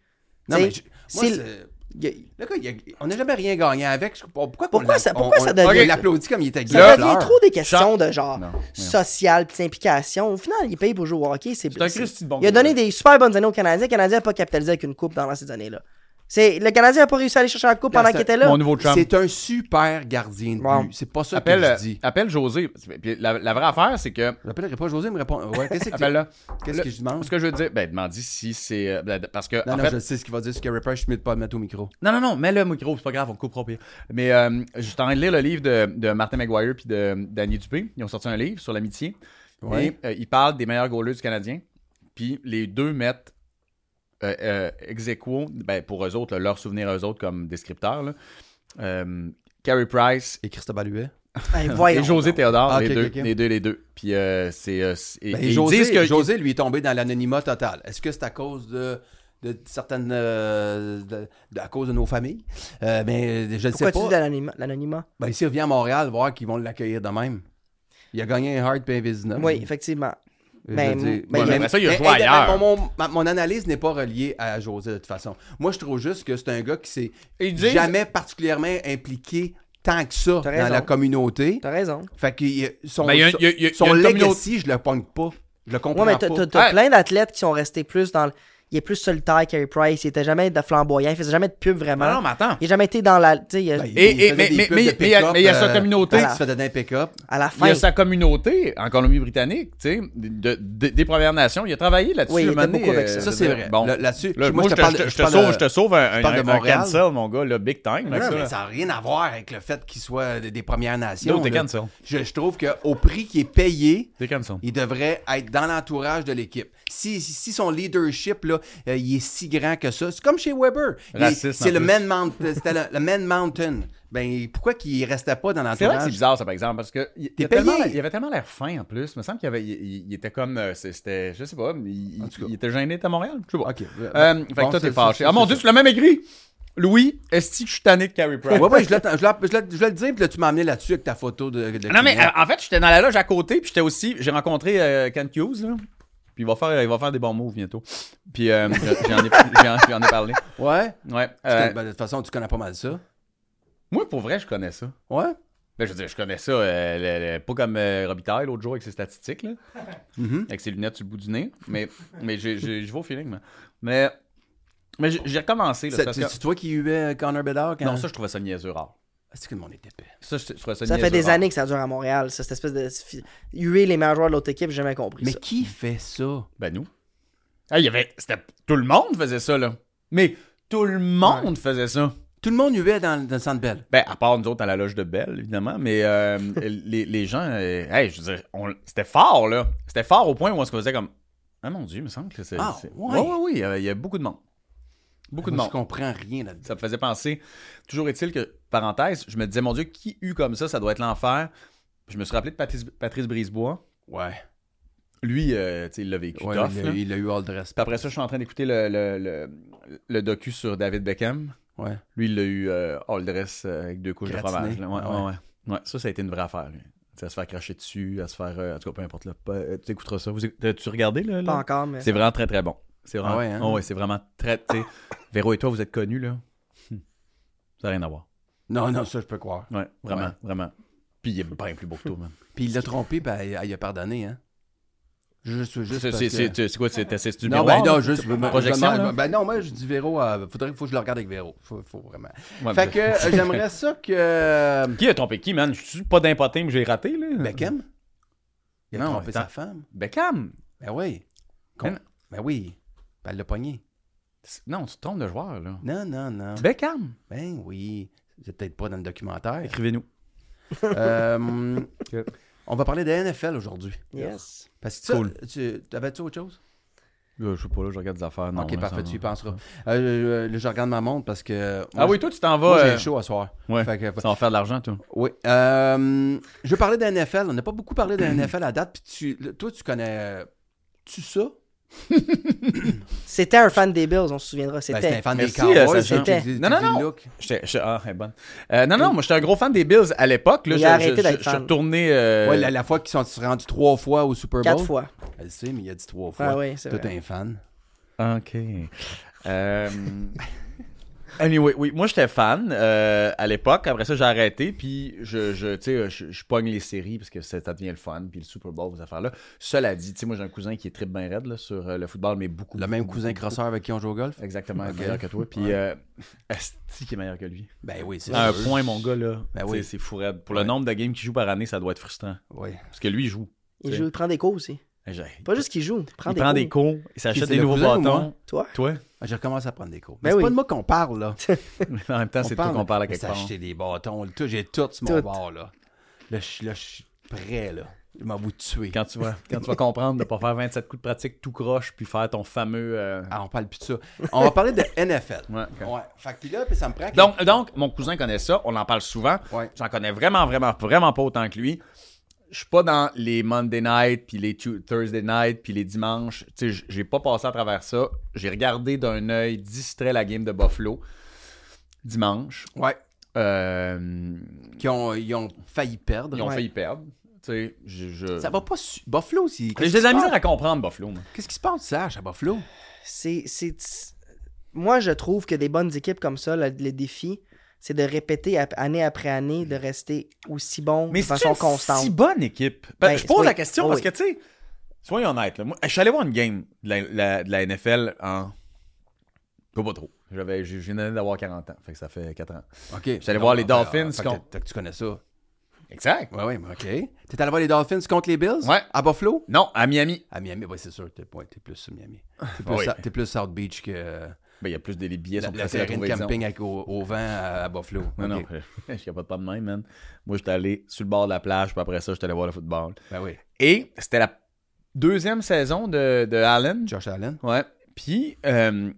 [SPEAKER 3] Non,
[SPEAKER 2] T'sais,
[SPEAKER 3] mais je- moi,
[SPEAKER 2] c'est-
[SPEAKER 3] c'est-
[SPEAKER 2] Il y a-
[SPEAKER 3] le gars, il a- on n'a jamais rien gagné avec. Je- Pourquoi,
[SPEAKER 2] Pourquoi
[SPEAKER 3] qu'on l'a-
[SPEAKER 2] ça- pourquoi ça devient-
[SPEAKER 3] On l'applaudit comme il était
[SPEAKER 2] Ça
[SPEAKER 1] Là,
[SPEAKER 2] devient
[SPEAKER 3] fleur.
[SPEAKER 2] trop des questions de genre
[SPEAKER 1] Non, non.
[SPEAKER 2] social pis d'implication. Au final, il paye pour jouer au hockey. C'est
[SPEAKER 1] C'est un Christy de bon
[SPEAKER 2] Il a
[SPEAKER 1] gars.
[SPEAKER 2] donné des super bonnes années aux Canadiens. Le Canadien n'a pas capitalisé avec une coupe dans ces années-là. C'est... Le Canadien n'a pas réussi à aller chercher la coupe
[SPEAKER 3] Dans
[SPEAKER 2] pendant
[SPEAKER 3] ce-
[SPEAKER 2] qu'il était là.
[SPEAKER 1] Mon nouveau chum.
[SPEAKER 3] C'est un super gardien de but.
[SPEAKER 2] Wow.
[SPEAKER 3] C'est pas ça
[SPEAKER 1] Appelle, euh,
[SPEAKER 3] que je dis.
[SPEAKER 1] appelle José. Puis la, la vraie affaire, c'est que.
[SPEAKER 3] euh, Je l'appellerai pas José, il me répond. Ouais, qu'est-ce que,
[SPEAKER 1] Appelle-la.
[SPEAKER 3] qu'est-ce que je demande?
[SPEAKER 1] Ce que je veux dire, ben, demande si c'est. euh, ben, Parce que.
[SPEAKER 3] Non,
[SPEAKER 1] en
[SPEAKER 3] non,
[SPEAKER 1] fait-
[SPEAKER 3] je sais ce qu'il va dire sur Carey Price, je ne de pas le mettre au micro.
[SPEAKER 1] non, non, non, mets le micro, c'est pas grave, on coupera au pire. Mais euh, je suis en train de lire le livre de, de Martin McGuire puis de Danny Dupé. Ils ont sorti un livre sur l'amitié.
[SPEAKER 3] Ouais.
[SPEAKER 1] Et euh, ils parlent des meilleurs goalers du Canadien. Puis les deux mettent euh, euh, ex aequo, ben, pour eux autres, là, leur souvenir eux autres comme descripteurs. là. Euh, Carey Price
[SPEAKER 3] Et Christophe Baluet.
[SPEAKER 2] Hey, Ben, voyons
[SPEAKER 1] et José
[SPEAKER 2] donc.
[SPEAKER 1] Théodore,
[SPEAKER 3] Ah,
[SPEAKER 1] les,
[SPEAKER 3] ok,
[SPEAKER 1] deux,
[SPEAKER 3] ok, ok.
[SPEAKER 1] les deux, les deux. Puis euh, c'est. euh, c'est- et-
[SPEAKER 3] Ben,
[SPEAKER 1] et ils
[SPEAKER 3] José,
[SPEAKER 1] disent que-
[SPEAKER 3] José, lui, est tombé dans l'anonymat total. Est-ce que c'est à cause de, de certaines. euh, de- de- à cause de nos familles Euh, Mais je ne sais
[SPEAKER 2] Pourquoi tu dis
[SPEAKER 3] pas.
[SPEAKER 2] l'anonymat- l'anonymat?
[SPEAKER 3] Ben, s'il revient à Montréal, voir qu'ils vont l'accueillir de même. Il a gagné un hard puis un V19.
[SPEAKER 2] Oui, effectivement.
[SPEAKER 3] Ah, Je
[SPEAKER 2] ben,
[SPEAKER 3] veux dire,
[SPEAKER 2] ben,
[SPEAKER 1] Ouais,
[SPEAKER 2] il-
[SPEAKER 1] mais après ça, il a
[SPEAKER 3] mais-
[SPEAKER 1] joué
[SPEAKER 3] mais-
[SPEAKER 1] ailleurs.
[SPEAKER 3] Mon, mon- ma- mon analyse n'est pas reliée à José de toute façon. Moi, je trouve juste que c'est un gars qui s'est
[SPEAKER 1] Ils disent-
[SPEAKER 3] jamais particulièrement impliqué tant que ça dans
[SPEAKER 2] T'as raison.
[SPEAKER 3] la communauté.
[SPEAKER 2] T'as raison.
[SPEAKER 3] Fait que son,
[SPEAKER 1] Ben, il y a-
[SPEAKER 3] son-
[SPEAKER 1] il y a- il y a-
[SPEAKER 3] son
[SPEAKER 1] il y a une
[SPEAKER 3] legacy,
[SPEAKER 1] communauté-
[SPEAKER 3] je le pogne pas. Je le comprends
[SPEAKER 2] Ouais, mais t'as,
[SPEAKER 3] pas.
[SPEAKER 2] t'as- t'as
[SPEAKER 1] Hey.
[SPEAKER 2] plein d'athlètes qui sont restés plus dans le... Il est plus solitaire Carey Price. Il était jamais de flamboyant. Il faisait jamais de pub vraiment.
[SPEAKER 3] hein?
[SPEAKER 1] Non, non, mais attends.
[SPEAKER 2] Il n'a jamais été dans la... tu sais, il a-
[SPEAKER 3] Ben, il-
[SPEAKER 1] Et-
[SPEAKER 3] il
[SPEAKER 1] et-
[SPEAKER 3] faisait
[SPEAKER 1] mais-
[SPEAKER 3] des
[SPEAKER 1] mais-
[SPEAKER 3] pubs de
[SPEAKER 1] mais- mais il y a-
[SPEAKER 3] pick-up,
[SPEAKER 1] mais il y a sa
[SPEAKER 3] euh,
[SPEAKER 1] communauté.
[SPEAKER 3] voilà. Il se faisait d'un pick-up.
[SPEAKER 2] à la
[SPEAKER 1] Il
[SPEAKER 2] fin.
[SPEAKER 1] y a sa communauté en Colombie-Britannique, tu sais, de- de- des Premières Nations. Il a travaillé là-dessus.
[SPEAKER 2] Oui, il
[SPEAKER 1] à un
[SPEAKER 2] était
[SPEAKER 1] moment donné,
[SPEAKER 2] beaucoup avec
[SPEAKER 1] euh,
[SPEAKER 2] ça.
[SPEAKER 3] Ça, c'est vrai.
[SPEAKER 1] Bon.
[SPEAKER 3] Là- Là-dessus.
[SPEAKER 1] Là,
[SPEAKER 3] puis
[SPEAKER 1] moi, je te-
[SPEAKER 3] parle-
[SPEAKER 1] je te- je te
[SPEAKER 3] parle
[SPEAKER 1] sauve,
[SPEAKER 3] de-
[SPEAKER 1] je te sauve un, un,
[SPEAKER 3] parle de
[SPEAKER 1] un- un
[SPEAKER 3] Montréal.
[SPEAKER 1] cancel, mon gars, là, big time. avec
[SPEAKER 3] Non,
[SPEAKER 1] ça,
[SPEAKER 3] mais
[SPEAKER 1] là.
[SPEAKER 3] ça n'a rien à voir avec le fait qu'il soit des, des Premières Nations.
[SPEAKER 1] Yo, t'es
[SPEAKER 3] là.
[SPEAKER 1] cancel.
[SPEAKER 3] Je, je trouve qu'au prix qui est payé,
[SPEAKER 1] T'es cancel.
[SPEAKER 3] il devrait être dans l'entourage de l'équipe. Si, si- si son leadership, là, euh, il est si grand que ça, c'est comme chez Weber. Il est-
[SPEAKER 1] Raciste, en
[SPEAKER 3] C'est le
[SPEAKER 1] plus.
[SPEAKER 3] Man Mountain. C'était le, le Man Mountain. Ben, pourquoi qu'il ne restait pas dans
[SPEAKER 1] C'est vrai que
[SPEAKER 3] l'entourage?
[SPEAKER 1] c'est bizarre, ça, par exemple, parce que il, il
[SPEAKER 3] T'es
[SPEAKER 1] a tellement
[SPEAKER 3] payé.
[SPEAKER 1] l'air- il avait tellement l'air fin, en plus. Il me semble qu'il avait, il, il- il était comme, euh, c'est- c'était, je sais pas, il,
[SPEAKER 3] En tout cas.
[SPEAKER 1] il était gêné à Montréal, je sais pas.
[SPEAKER 3] Ok.
[SPEAKER 1] Euh, fait
[SPEAKER 3] Bon,
[SPEAKER 1] que toi,
[SPEAKER 3] c'est-
[SPEAKER 1] t'es fâché.
[SPEAKER 3] c'est-
[SPEAKER 1] Ah mon
[SPEAKER 3] c'est
[SPEAKER 1] Dieu,
[SPEAKER 3] ça.
[SPEAKER 1] tu l'as même écrit. Louis, est-ce que je suis tanné de Carrie Price?
[SPEAKER 3] Ouais, ouais, je l'attends- je l'ai- je l'ai- je l'ai le dire, puis là, tu m'as amené là-dessus avec ta photo de. de
[SPEAKER 1] Non, mais
[SPEAKER 3] client.
[SPEAKER 1] euh, en fait, j'étais dans la loge à côté, puis j'étais aussi. J'ai rencontré euh, Ken Hughes, là. Puis il va, faire, il va faire des bons moves bientôt. Puis euh, j'en ai, j'en- j'en ai parlé.
[SPEAKER 3] Ouais.
[SPEAKER 1] Ouais.
[SPEAKER 3] Tu
[SPEAKER 1] euh,
[SPEAKER 3] ben- connais- ben, de toute façon, tu connais pas mal ça.
[SPEAKER 1] moi, pour vrai, je connais ça.
[SPEAKER 3] Ouais.
[SPEAKER 1] Ben, je veux dire, je connais ça, euh, le- le- pas comme euh, Robitaille l'autre jour avec ses statistiques, là,
[SPEAKER 3] Mhm.
[SPEAKER 1] avec ses lunettes sur le bout du nez, mais, mais j'ai- j'ai- je vais au feeling. moi. Mais, mais j'ai- j'ai recommencé. Là,
[SPEAKER 3] C'est-
[SPEAKER 1] parce
[SPEAKER 3] C'est
[SPEAKER 1] que-
[SPEAKER 3] toi qui huais euh, Connor Bedard quand. Ah,
[SPEAKER 1] Non, ça, je trouvais ça niaiseux rare.
[SPEAKER 3] C'est que le monde est épais.
[SPEAKER 1] Ça, je, je trouvais ça
[SPEAKER 2] Ça
[SPEAKER 1] niaiseux
[SPEAKER 2] fait des
[SPEAKER 1] rare.
[SPEAKER 2] années que ça dure à Montréal, ça, cette espèce de. Huer les meilleurs joueurs de l'autre équipe, j'ai jamais compris
[SPEAKER 3] Mais
[SPEAKER 2] ça.
[SPEAKER 3] qui fait ça?
[SPEAKER 1] Ben nous. Ah, il y avait. c'était- Tout le monde faisait ça, là. Mais tout le monde faisait ça.
[SPEAKER 3] Tout le monde huait dans, dans le centre belle.
[SPEAKER 1] Ben, à part nous autres à la loge de Belle, évidemment, mais euh, les, les gens, euh, hey, je veux dire, on- c'était fort, là. C'était fort au point où on se faisait comme Ah mon Dieu, il me semble que c'est.
[SPEAKER 3] Ah,
[SPEAKER 1] c'est-
[SPEAKER 3] ouais. Ah,
[SPEAKER 1] oui, oui, il y avait- il y a beaucoup de monde. Beaucoup de
[SPEAKER 3] Moi,
[SPEAKER 1] monde.
[SPEAKER 3] je comprends rien là-dedans.
[SPEAKER 1] Ça me faisait penser. Toujours est-il que, parenthèse, je me disais, mon Dieu, qui eut comme ça, ça doit être l'enfer. Je me suis rappelé de Patrice, Patrice Brisebois.
[SPEAKER 3] Ouais.
[SPEAKER 1] Lui, euh, tu sais, il l'a vécu
[SPEAKER 3] Ouais,
[SPEAKER 1] tough,
[SPEAKER 3] il,
[SPEAKER 1] là.
[SPEAKER 3] a, il a eu all the
[SPEAKER 1] Puis
[SPEAKER 3] respect.
[SPEAKER 1] après ça, je suis en train d'écouter le, le, le- le docu sur David Beckham.
[SPEAKER 3] Ouais.
[SPEAKER 1] Lui, il l'a eu euh, all dress euh, avec deux couches
[SPEAKER 3] Gratiné.
[SPEAKER 1] de fromage. là. Ouais,
[SPEAKER 3] Ah ouais.
[SPEAKER 1] ouais, ouais. Ouais, ça, ça a été une vraie affaire. Lui. Tu sais, À se faire cracher dessus, à se faire. euh, en tout cas, peu importe. Là, Pas- euh, tu écouteras ça. Vous, éc- t'as-tu regardé? Là, là?
[SPEAKER 2] Pas encore, mais.
[SPEAKER 1] C'est vraiment très, très bon. C'est vraiment.
[SPEAKER 3] Ah ouais, hein?
[SPEAKER 1] oh ouais, c'est vraiment très. tu sais, Véro et toi, vous êtes connus, là. Hum. Ça n'a rien à voir.
[SPEAKER 3] Non, non, ça, je peux croire.
[SPEAKER 1] Ouais, vraiment,
[SPEAKER 3] Hmm. Ouais.
[SPEAKER 1] vraiment. Puis il est bien plus beau que toi, man.
[SPEAKER 3] Puis il l'a trompé, ben, il a- il a pardonné, hein. Juste, juste.
[SPEAKER 1] C'est
[SPEAKER 3] parce
[SPEAKER 1] c'est-
[SPEAKER 3] que-
[SPEAKER 1] c'est- c'est- c'est quoi? C'est c'est du
[SPEAKER 3] non,
[SPEAKER 1] miroir,
[SPEAKER 3] ben non,
[SPEAKER 1] là?
[SPEAKER 3] juste. ben,
[SPEAKER 1] projection,
[SPEAKER 3] je-
[SPEAKER 1] là?
[SPEAKER 3] ben non, moi, je dis Véro, euh, faudrait faut que je le regarde avec Véro. Faut, faut vraiment.
[SPEAKER 1] Ouais,
[SPEAKER 3] fait
[SPEAKER 1] mais-
[SPEAKER 3] que euh, j'aimerais ça que. euh,
[SPEAKER 1] Qui a trompé qui, man? Je suis pas d'impoté, mais j'ai raté, là.
[SPEAKER 3] Beckham? ben, Il a
[SPEAKER 1] Non,
[SPEAKER 3] trompé
[SPEAKER 1] attends.
[SPEAKER 3] sa femme.
[SPEAKER 1] Beckham!
[SPEAKER 3] Ben oui. Con-
[SPEAKER 1] Ben-
[SPEAKER 3] Ben oui. Ben elle l'a pogné.
[SPEAKER 1] Non, tu te trompes de joueur, là.
[SPEAKER 3] Non, non, non.
[SPEAKER 1] Beckham!
[SPEAKER 3] Ben oui. C'est peut-être pas dans le documentaire.
[SPEAKER 1] Écrivez-nous.
[SPEAKER 3] Euh, on va parler de NFL aujourd'hui.
[SPEAKER 2] Yes.
[SPEAKER 3] Parce que ça,
[SPEAKER 1] Cool.
[SPEAKER 3] tu avais-tu autre chose?
[SPEAKER 1] je sais pas, là, je regarde des affaires. Non,
[SPEAKER 3] ok,
[SPEAKER 1] là,
[SPEAKER 3] parfait,
[SPEAKER 1] ça-
[SPEAKER 3] tu y penseras. Euh, euh, je regarde ma montre parce que.
[SPEAKER 1] Ah
[SPEAKER 3] moi,
[SPEAKER 1] oui, toi, tu t'en
[SPEAKER 3] je- moi,
[SPEAKER 1] vas. euh,
[SPEAKER 3] j'ai chaud à soir.
[SPEAKER 1] Ouais.
[SPEAKER 3] Fait que-
[SPEAKER 1] Ça va faire de l'argent, toi.
[SPEAKER 3] oui. Euh, je veux parler de NFL. On n'a pas beaucoup parlé de NFL à date. Puis tu, toi, tu connais. euh, Tu ça? Ben,
[SPEAKER 2] C'était un fan des Bills, on se souviendra.
[SPEAKER 3] Ben, c'était
[SPEAKER 2] C'était.
[SPEAKER 3] un fan
[SPEAKER 1] Merci,
[SPEAKER 3] des Cowboys.
[SPEAKER 1] euh,
[SPEAKER 3] tu-
[SPEAKER 2] Sachin.
[SPEAKER 3] tu- tu-
[SPEAKER 1] Non, non,
[SPEAKER 3] tu dis le
[SPEAKER 1] non.
[SPEAKER 3] look.
[SPEAKER 1] J'étais- j'étais- ah, elle est bonne. Euh, non, non, moi, j'étais un gros fan des Bills à l'époque. là.
[SPEAKER 2] Il
[SPEAKER 1] Je-
[SPEAKER 2] a
[SPEAKER 1] je-
[SPEAKER 2] arrêté
[SPEAKER 1] je-
[SPEAKER 2] d'être
[SPEAKER 1] Je suis
[SPEAKER 2] fan.
[SPEAKER 1] retourné. euh,
[SPEAKER 3] Ouais, la, la fois qu'ils sont rendus trois fois au Super Bowl.
[SPEAKER 2] Quatre fois.
[SPEAKER 3] Elle sait, mais il a dit trois fois.
[SPEAKER 2] Ah oui, c'est
[SPEAKER 3] Toi,
[SPEAKER 2] vrai.
[SPEAKER 3] t'es un fan.
[SPEAKER 1] OK. Euh, Anyway, oui, moi j'étais fan euh, à l'époque. Après ça, j'ai arrêté. Puis je, je, tu sais, je, je pogne les séries parce que ça, ça devient le fun. Puis le Super Bowl, ces affaires-là. Cela dit, tu sais, moi j'ai un cousin qui est très bien raide là, sur euh, le football, mais beaucoup.
[SPEAKER 3] Le même
[SPEAKER 1] beaucoup,
[SPEAKER 3] cousin
[SPEAKER 1] beaucoup,
[SPEAKER 3] crosseur avec qui on joue au golf?
[SPEAKER 1] Exactement,
[SPEAKER 3] Ok.
[SPEAKER 1] meilleur que toi. Puis,
[SPEAKER 3] Ouais.
[SPEAKER 1] euh, Asti qui est meilleur que lui.
[SPEAKER 3] Ben oui, c'est
[SPEAKER 1] À un
[SPEAKER 3] sûr.
[SPEAKER 1] point, mon gars, là.
[SPEAKER 3] Ben
[SPEAKER 1] tu sais,
[SPEAKER 3] oui.
[SPEAKER 1] C'est fou raide. Pour le
[SPEAKER 3] Ouais.
[SPEAKER 1] nombre de games qu'il joue par année, ça doit être frustrant.
[SPEAKER 3] Oui.
[SPEAKER 1] Parce que lui, il joue.
[SPEAKER 2] Il
[SPEAKER 1] t'sais.
[SPEAKER 2] joue, il prend des cours aussi.
[SPEAKER 1] J'ai-
[SPEAKER 2] Pas juste qu'il joue, il prend
[SPEAKER 1] il
[SPEAKER 2] des
[SPEAKER 1] prend
[SPEAKER 2] cours.
[SPEAKER 1] des cours, il s'achète
[SPEAKER 3] c'est
[SPEAKER 1] des
[SPEAKER 3] le
[SPEAKER 1] nouveaux
[SPEAKER 3] cousin ou moi?
[SPEAKER 1] bâtons.
[SPEAKER 2] Toi?
[SPEAKER 1] Toi?
[SPEAKER 3] Ah, J'ai recommencé à prendre des cours. Mais
[SPEAKER 2] Ben
[SPEAKER 3] c'est
[SPEAKER 2] oui.
[SPEAKER 3] pas de moi qu'on parle, là.
[SPEAKER 1] Mais en même temps,
[SPEAKER 3] On
[SPEAKER 1] Ah, c'est de toi
[SPEAKER 3] parle,
[SPEAKER 1] qu'on parle à
[SPEAKER 3] mais
[SPEAKER 1] quelque
[SPEAKER 3] c'est
[SPEAKER 1] part.
[SPEAKER 3] acheter des bâtons, le tout. J'ai tout sur mon
[SPEAKER 2] Tout.
[SPEAKER 3] bord, là. Là, je suis- là, je suis prêt, là. Je m'en vous tuer.
[SPEAKER 1] Quand tu, vas, quand tu vas comprendre de ne pas faire 27 coups de pratique tout croche puis faire ton fameux. euh,
[SPEAKER 3] Ah, on parle plus de ça. On va parler de NFL.
[SPEAKER 1] ouais, ok.
[SPEAKER 3] Ouais. Fait que puis là, puis ça me prend... que-
[SPEAKER 1] Donc, donc, mon cousin connaît ça, on en parle souvent.
[SPEAKER 3] Ouais.
[SPEAKER 1] J'en connais vraiment, vraiment, vraiment pas autant que lui. Je suis pas dans les Monday night, puis les Tu- Thursday night, puis les dimanches. Tu sais, j- j'ai pas passé à travers ça. J'ai regardé d'un œil distrait la game de Buffalo dimanche.
[SPEAKER 3] Ouais.
[SPEAKER 1] Euh,
[SPEAKER 3] Qui ont, ils ont failli perdre.
[SPEAKER 1] ils ont
[SPEAKER 2] Ouais.
[SPEAKER 1] failli perdre. Tu sais, je, je...
[SPEAKER 3] Ça va pas... Su... Buffalo, aussi.
[SPEAKER 1] J'ai de la misère à comprendre Buffalo. moi.
[SPEAKER 3] Qu'est-ce qui se passe, Serge, à Buffalo?
[SPEAKER 2] C'est, c'est- c'est- Moi, je trouve que des bonnes équipes comme ça, le, le défi, c'est de répéter ap- année après année, de rester aussi bon
[SPEAKER 1] Mais
[SPEAKER 2] de
[SPEAKER 1] c'est
[SPEAKER 2] façon
[SPEAKER 1] une
[SPEAKER 2] constante.
[SPEAKER 1] si bonne équipe. Ben,
[SPEAKER 2] Ben,
[SPEAKER 1] je pose
[SPEAKER 2] oui,
[SPEAKER 1] la question
[SPEAKER 2] oui.
[SPEAKER 1] parce que, tu sais, soyons honnêtes. là, moi, je suis allé voir une game de la, la- de la NFL en. Pas, pas trop. J'avais, j'ai- je venais d'avoir 40 ans. Fait que ça fait 4 ans.
[SPEAKER 3] OK.
[SPEAKER 1] allé voir les
[SPEAKER 3] Ah,
[SPEAKER 1] Dolphins
[SPEAKER 3] fait que
[SPEAKER 1] contre-
[SPEAKER 3] t'as- que tu connais ça.
[SPEAKER 1] Exact.
[SPEAKER 3] Ouais, ouais, mais OK. T'es allé voir les Dolphins contre les Bills?
[SPEAKER 1] Ouais.
[SPEAKER 3] À Buffalo?
[SPEAKER 1] Non, à Miami.
[SPEAKER 3] À Miami, ouais, c'est sûr. T'es ouais, t'es plus sur Miami. T'es plus,
[SPEAKER 1] oui.
[SPEAKER 3] à- t'es plus South Beach que
[SPEAKER 1] Ben, il y a plus des les billets
[SPEAKER 3] la-
[SPEAKER 1] sont
[SPEAKER 3] le
[SPEAKER 1] plus faciles à
[SPEAKER 3] terrain de
[SPEAKER 1] trouver, disons.
[SPEAKER 3] camping avec, au, au vent à, à Buffalo.
[SPEAKER 1] Non, non,
[SPEAKER 3] OK.
[SPEAKER 1] je suis pas de pas de même, man. Moi, j'étais allé sur le bord de la plage, puis après ça, j'étais allé voir le football.
[SPEAKER 3] Ben oui.
[SPEAKER 1] Et c'était la deuxième saison de, de Allen.
[SPEAKER 3] Josh Allen.
[SPEAKER 1] Ouais. Puis, euh,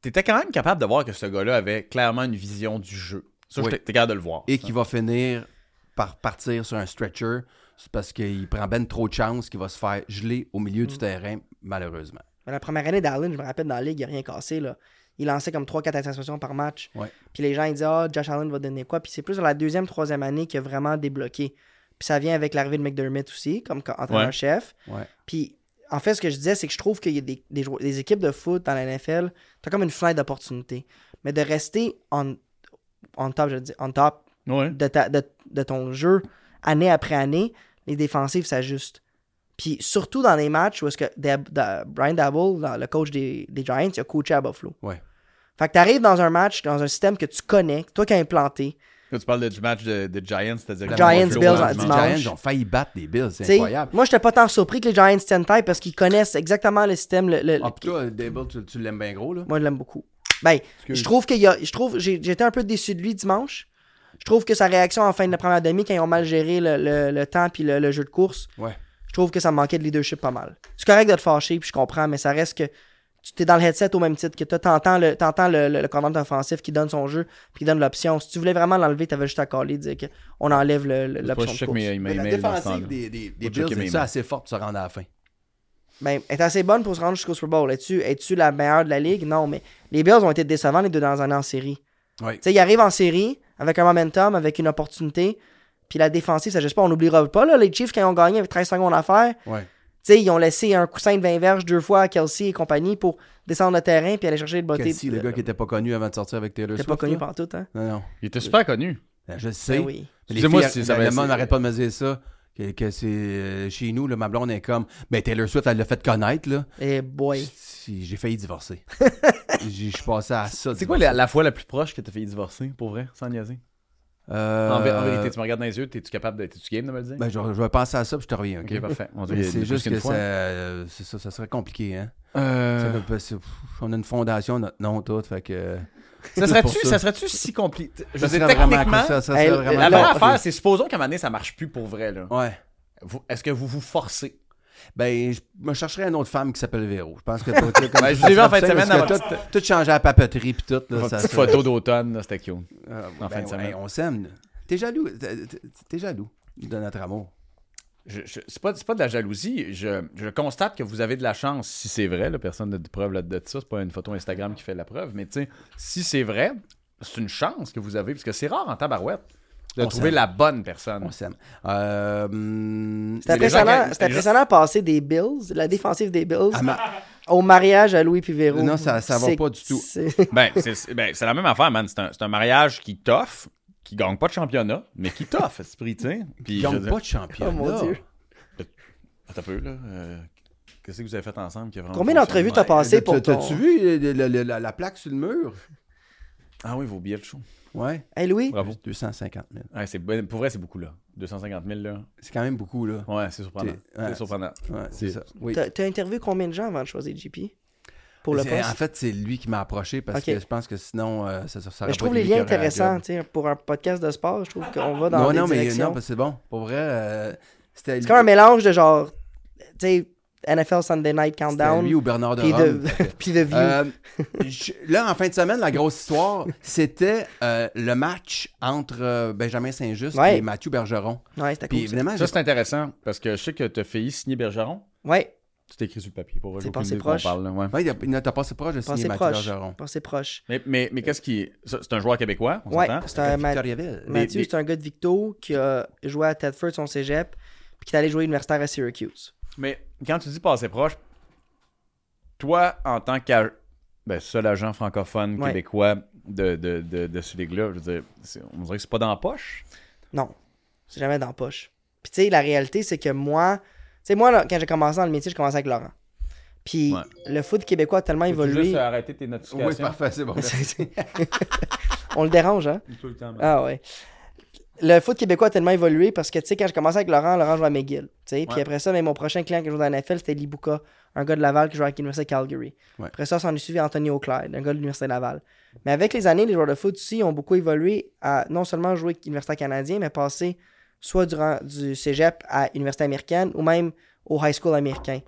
[SPEAKER 1] t'étais quand même capable de voir que ce gars-là avait clairement une vision du jeu. Ça,
[SPEAKER 3] Oui.
[SPEAKER 1] j'étais- t'es capable de le voir.
[SPEAKER 3] Et qui va finir par partir sur un stretcher c'est parce qu'il prend ben trop de chance qu'il va se faire geler au milieu du terrain, malheureusement.
[SPEAKER 2] Mais la première année d'Allen, je me rappelle, dans la ligue, il n'a rien cassé. Là. Il lançait comme 3-4 interceptions par match.
[SPEAKER 3] Ouais.
[SPEAKER 2] Puis les gens, ils disaient, ah, Josh Allen va donner quoi. Puis c'est plus dans la deuxième, troisième année qu'il a vraiment débloqué. Puis ça vient avec l'arrivée de McDermott aussi, comme co- entraîneur-chef.
[SPEAKER 3] Ouais.
[SPEAKER 2] Puis en fait, ce que je disais, c'est que je trouve qu'il y a des, des jou- des équipes de foot dans la NFL, t'as comme une fenêtre d'opportunité. Mais de rester en, on top, je dis, on top,
[SPEAKER 1] Ouais.
[SPEAKER 2] de, ta- de- de ton jeu année après année, les défensives s'ajustent. Puis surtout dans les matchs où est-ce que Dab- Da- Brian Dabble, dans- le coach des, des Giants, il a coaché à Buffalo.
[SPEAKER 3] Ouais.
[SPEAKER 2] Fait que t'arrives dans un match, dans un système que tu connais, que toi qui as implanté.
[SPEAKER 1] Là, tu parles de- du match de, des Giants, c'est-à-dire que
[SPEAKER 2] Giants,
[SPEAKER 1] Buffalo,
[SPEAKER 2] Bills,
[SPEAKER 1] hein,
[SPEAKER 2] à
[SPEAKER 3] Les
[SPEAKER 1] dimanche.
[SPEAKER 2] dimanche.
[SPEAKER 3] Giants ont failli battre les Bills, c'est
[SPEAKER 2] T'sais,
[SPEAKER 3] incroyable.
[SPEAKER 2] Moi, j'étais pas tant surpris que les Giants tiennent tête parce qu'ils connaissent exactement le système. le- le-
[SPEAKER 3] En tout cas, Ah, Dable, tu, tu l'aimes bien gros, là.
[SPEAKER 2] Moi, je l'aime beaucoup. Ben,
[SPEAKER 3] Excuse.
[SPEAKER 2] je trouve qu'il y a. Je trouve. j'ai- J'étais un peu déçu de lui dimanche. Je trouve que sa réaction en fin de la première demi, quand ils ont mal géré le, le- le temps puis le, le jeu de course,
[SPEAKER 3] Ouais.
[SPEAKER 2] je trouve que ça manquait de leadership pas mal. C'est correct de te fâcher, puis je comprends, mais ça reste que tu t'es dans le headset au même titre que toi. T'entends le, t'entends le, le, le commandant offensif qui donne son jeu, puis qui donne l'option. Si tu voulais vraiment l'enlever, t'avais juste à coller, dire qu'on enlève le- le-
[SPEAKER 1] C'est pas
[SPEAKER 2] l'option
[SPEAKER 1] je
[SPEAKER 2] de
[SPEAKER 1] check
[SPEAKER 2] course.
[SPEAKER 1] mes, mes
[SPEAKER 3] Mais la
[SPEAKER 1] emails dans ce
[SPEAKER 3] défensive
[SPEAKER 1] temps-là.
[SPEAKER 3] des, des, des
[SPEAKER 1] Faut checker
[SPEAKER 3] Bills,
[SPEAKER 1] mes
[SPEAKER 3] est
[SPEAKER 1] mails.
[SPEAKER 3] assez forte pour se rendre à la fin?
[SPEAKER 2] Ben, elle est assez bonne pour se rendre jusqu'au Super Bowl. Es-tu es-tu la meilleure de la ligue? Non, mais les Bills ont été décevants les deux dans un an en série.
[SPEAKER 3] Oui.
[SPEAKER 2] Tu sais, ils arrivent en série avec un momentum, avec une opportunité. Puis la défensive, ça, je sais pas, on n'oubliera pas. Là, les Chiefs, quand ils ont gagné avec 13 secondes à faire,
[SPEAKER 3] Ouais.
[SPEAKER 2] tu sais, ils ont laissé un coussin de 20 verges deux fois à Kelsey et compagnie pour descendre le terrain puis aller chercher le beauté.
[SPEAKER 3] Kelsey, le gars qui était pas connu avant de sortir avec Taylor Swift.
[SPEAKER 2] pas connu
[SPEAKER 3] là.
[SPEAKER 2] par tout, hein?
[SPEAKER 3] Non, non.
[SPEAKER 1] Il était super connu.
[SPEAKER 3] Ben, je le sais.
[SPEAKER 2] Ben oui.
[SPEAKER 3] Mais
[SPEAKER 1] Excusez-moi
[SPEAKER 3] filles,
[SPEAKER 1] si ça
[SPEAKER 3] le
[SPEAKER 1] va-
[SPEAKER 3] monde
[SPEAKER 1] c'est-
[SPEAKER 3] n'arrête pas de me dire ça. Que, que c'est euh, chez nous, le ma blonde est comme. Ben Taylor Swift, elle l'a fait connaître, là.
[SPEAKER 2] Et Eh boy.
[SPEAKER 3] Si- J'ai failli divorcer. J'ai- Je suis passé à ça.
[SPEAKER 1] C'est quoi la, la fois la plus proche que t'as fait divorcer, pour vrai, sans niaiser?
[SPEAKER 3] Euh,
[SPEAKER 1] En, vé- en vérité, tu me regardes dans les yeux, t'es-tu capable de... T'es-tu game de me le dire?
[SPEAKER 3] Ben, je, je vais penser à ça, puis je te reviens, OK?
[SPEAKER 1] ok, parfait. Mon Dieu,
[SPEAKER 3] Mais
[SPEAKER 1] il y a
[SPEAKER 3] c'est
[SPEAKER 1] plus
[SPEAKER 3] juste
[SPEAKER 1] qu'une
[SPEAKER 3] que ça,
[SPEAKER 1] fois.
[SPEAKER 3] euh, c'est ça, ça serait compliqué, hein? Ça
[SPEAKER 1] Euh,
[SPEAKER 3] peut pas- c'est- pff, on a une fondation, notre nom, tout, fait que...
[SPEAKER 1] Ça serait-tu
[SPEAKER 3] pour
[SPEAKER 1] ça serait-tu si compliqué? Je
[SPEAKER 3] Ça
[SPEAKER 1] veux
[SPEAKER 3] serait
[SPEAKER 1] dire,
[SPEAKER 3] vraiment...
[SPEAKER 1] techniquement,
[SPEAKER 3] ça- ça
[SPEAKER 2] elle-
[SPEAKER 3] serait vraiment-
[SPEAKER 1] la vraie
[SPEAKER 2] Alors,
[SPEAKER 1] affaire, c'est supposons qu'à un moment donné, ça marche plus pour vrai, là.
[SPEAKER 3] Ouais.
[SPEAKER 1] Vous- Est-ce que vous vous forcez?
[SPEAKER 3] Ben, je me chercherais une autre femme qui s'appelle Véro. Je pense que... Comme
[SPEAKER 1] Ben, je vous ai vu en fin de semaine
[SPEAKER 3] parce que Tout, tout changé à la papeterie, puis tout, là,
[SPEAKER 1] Votre
[SPEAKER 3] ça...
[SPEAKER 1] petite
[SPEAKER 3] ça-
[SPEAKER 1] photo d'automne, là, c'était cute.
[SPEAKER 3] Ah,
[SPEAKER 1] en fin de semaine.
[SPEAKER 3] ouais, on s'aime, là. T'es jaloux. t'es- t'es- T'es jaloux de notre amour.
[SPEAKER 1] Je, je- c'est, pas, c'est pas de la jalousie. Je, je constate que vous avez de la chance, si c'est vrai. là, personne n'a de preuve là, de ça. C'est pas une photo Instagram qui fait la preuve. Mais tu sais, si c'est vrai, c'est une chance que vous avez. Parce que c'est rare en tabarouette de
[SPEAKER 3] On
[SPEAKER 1] trouver
[SPEAKER 3] s'aime.
[SPEAKER 1] la bonne personne.
[SPEAKER 3] On s'aime. Euh, hum,
[SPEAKER 2] C'est
[SPEAKER 1] les gens
[SPEAKER 2] impressionnant,
[SPEAKER 1] qui-
[SPEAKER 2] c'est impressionnant de passer des Bills, la défensive des Bills,
[SPEAKER 3] à ma-
[SPEAKER 2] au mariage à Louis Pivero.
[SPEAKER 3] Ah, Non, ça- ça va
[SPEAKER 2] C'est-
[SPEAKER 3] pas du tout.
[SPEAKER 2] c'est-
[SPEAKER 1] ben, c'est, c'est- ben, c'est la même affaire, man. C'est un, c'est un mariage qui t'offre, qui gagne pas de championnat, mais qui t'offre, esprit, tu sais. Puis
[SPEAKER 3] Ils
[SPEAKER 1] je
[SPEAKER 3] n'ont
[SPEAKER 1] veux
[SPEAKER 3] pas
[SPEAKER 1] dire-
[SPEAKER 3] de championnat.
[SPEAKER 2] Oh mon Dieu.
[SPEAKER 1] Attends un peu, là. euh, qu'est-ce que vous avez fait ensemble qui a vraiment
[SPEAKER 2] Combien
[SPEAKER 1] fonctionné?
[SPEAKER 2] d'entrevues t'as passé pour ton...
[SPEAKER 3] T'as-tu vu euh, le- le- le- la, la plaque sur le mur?
[SPEAKER 1] Ah oui, vos billets de show.
[SPEAKER 3] Ouais.
[SPEAKER 2] Hey Louis,
[SPEAKER 1] Bravo.
[SPEAKER 3] 250 000.
[SPEAKER 1] Ouais, c'est, ben- pour vrai, c'est beaucoup, là. 250 000, là.
[SPEAKER 3] C'est quand même beaucoup, là.
[SPEAKER 1] Ouais, c'est surprenant.
[SPEAKER 3] T'es- ouais, Ah,
[SPEAKER 1] c'est surprenant.
[SPEAKER 3] Ouais, c'est ça. Oui.
[SPEAKER 2] t'as t'as interviewé combien de gens avant de choisir JP pour le
[SPEAKER 3] C'est-
[SPEAKER 2] poste?
[SPEAKER 3] En fait, c'est lui qui m'a approché parce
[SPEAKER 2] Ok.
[SPEAKER 3] que je pense que sinon, euh, ça, ça, ça
[SPEAKER 2] Mais
[SPEAKER 3] aurait
[SPEAKER 2] je
[SPEAKER 3] pas
[SPEAKER 2] trouve
[SPEAKER 3] été
[SPEAKER 2] les
[SPEAKER 3] lui
[SPEAKER 2] liens
[SPEAKER 3] qui aurait la
[SPEAKER 2] intéressants,
[SPEAKER 3] job.
[SPEAKER 2] tu sais, pour un podcast de sport, je trouve qu'on va dans
[SPEAKER 3] non,
[SPEAKER 2] des
[SPEAKER 3] non, mais non,
[SPEAKER 2] directions.
[SPEAKER 3] parce que c'est bon. Pour vrai, euh, c'était
[SPEAKER 2] c'est comme un mélange de genre, tu sais, NFL Sunday Night
[SPEAKER 3] c'était lui
[SPEAKER 2] Countdown,
[SPEAKER 3] ou Bernard de
[SPEAKER 2] puis
[SPEAKER 3] Rome.
[SPEAKER 2] de, puis de View.
[SPEAKER 3] Euh, je- là, en fin de semaine, la grosse histoire, c'était euh, le match entre euh, Benjamin Saint-Just
[SPEAKER 2] Ouais.
[SPEAKER 3] et Mathieu Bergeron.
[SPEAKER 2] ouais, c'était
[SPEAKER 3] Puis
[SPEAKER 2] cool. ça.
[SPEAKER 1] Ça,
[SPEAKER 3] évidemment, j'ai-
[SPEAKER 1] c'est intéressant parce que je sais que t'as failli signer Bergeron.
[SPEAKER 2] Ouais,
[SPEAKER 1] Tu t'es écrit sur le papier pour
[SPEAKER 2] C'est
[SPEAKER 1] voir
[SPEAKER 2] passé proche.
[SPEAKER 1] parle. là, ouais.
[SPEAKER 3] Ouais, il a- il a t'as passé proche de signer
[SPEAKER 2] passé
[SPEAKER 3] Mathieu
[SPEAKER 2] proche.
[SPEAKER 3] Bergeron.
[SPEAKER 2] Passé proche.
[SPEAKER 1] Mais, mais, mais qu'est-ce qui. ça, C'est un joueur québécois, on
[SPEAKER 2] Ouais,
[SPEAKER 1] s'entend?
[SPEAKER 2] c'est un ma-
[SPEAKER 3] Victoriaville.
[SPEAKER 2] Mathieu,
[SPEAKER 1] des-
[SPEAKER 2] c'est un gars de Victo qui a joué à Tedford, son cégep, puis qui est allé jouer universitaire à Syracuse.
[SPEAKER 1] Mais quand tu dis passé proche, toi, en tant que ben, seul agent francophone
[SPEAKER 2] Ouais.
[SPEAKER 1] québécois de, de, de, de ces ligues-là, je veux dire, c'est- on dirait que c'est pas dans la poche.
[SPEAKER 2] Non, c'est jamais dans la poche. Puis tu sais, la réalité, c'est que moi, tu sais, moi, là, quand j'ai commencé dans le métier, j'ai commencé avec Laurent. Puis
[SPEAKER 1] Ouais.
[SPEAKER 2] le foot québécois a tellement évolué.
[SPEAKER 1] juste euh, arrêter tes notifications
[SPEAKER 3] Oui, parfait, c'est bon.
[SPEAKER 2] On le dérange, hein?
[SPEAKER 1] tout le temps.
[SPEAKER 2] Ah ouais. Le foot québécois a tellement évolué parce que, tu sais, quand je commençais avec Laurent, Laurent jouait à McGill. tu sais. Puis
[SPEAKER 1] Ouais.
[SPEAKER 2] après ça, ben, mon prochain client que je jouais dans la NFL, c'était Libuka, un gars de Laval qui jouait à l'Université de Calgary.
[SPEAKER 3] Ouais.
[SPEAKER 2] Après ça, s'en est suivi Anthony Auclair, un gars de l'Université de Laval. Mais avec les années, les joueurs de foot aussi ont beaucoup évolué à non seulement jouer avec l'Université canadien, mais passer soit durant, du cégep à l'Université américaine ou même au high school américain.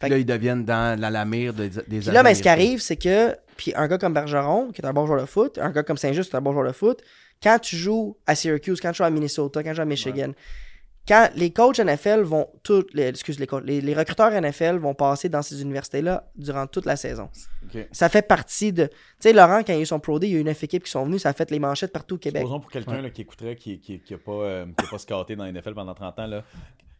[SPEAKER 3] Puis là, ils deviennent dans la lamire des, des
[SPEAKER 2] Puis là, ben, ce qui
[SPEAKER 3] Américains.
[SPEAKER 2] arrive, c'est que puis un gars comme Bergeron, qui est un bon joueur de foot, un gars comme Saint-Just, qui est un bon joueur de foot, quand tu joues à Syracuse, quand tu joues à Minnesota, quand tu joues à Michigan, quand les coachs NFL vont tout, les, excuse les coachs, les, les recruteurs NFL vont passer dans ces universités-là durant toute la saison. Ça fait partie de. Tu sais, Laurent, quand il y a eu son Pro Day, il y a eu neuf équipes qui sont venues, ça a fait les manchettes partout au Québec.
[SPEAKER 1] Supposons pour quelqu'un là, qui écouterait, qui n'a qui, qui a pas, euh, qui a pas scouté dans la NFL pendant 30 ans, là,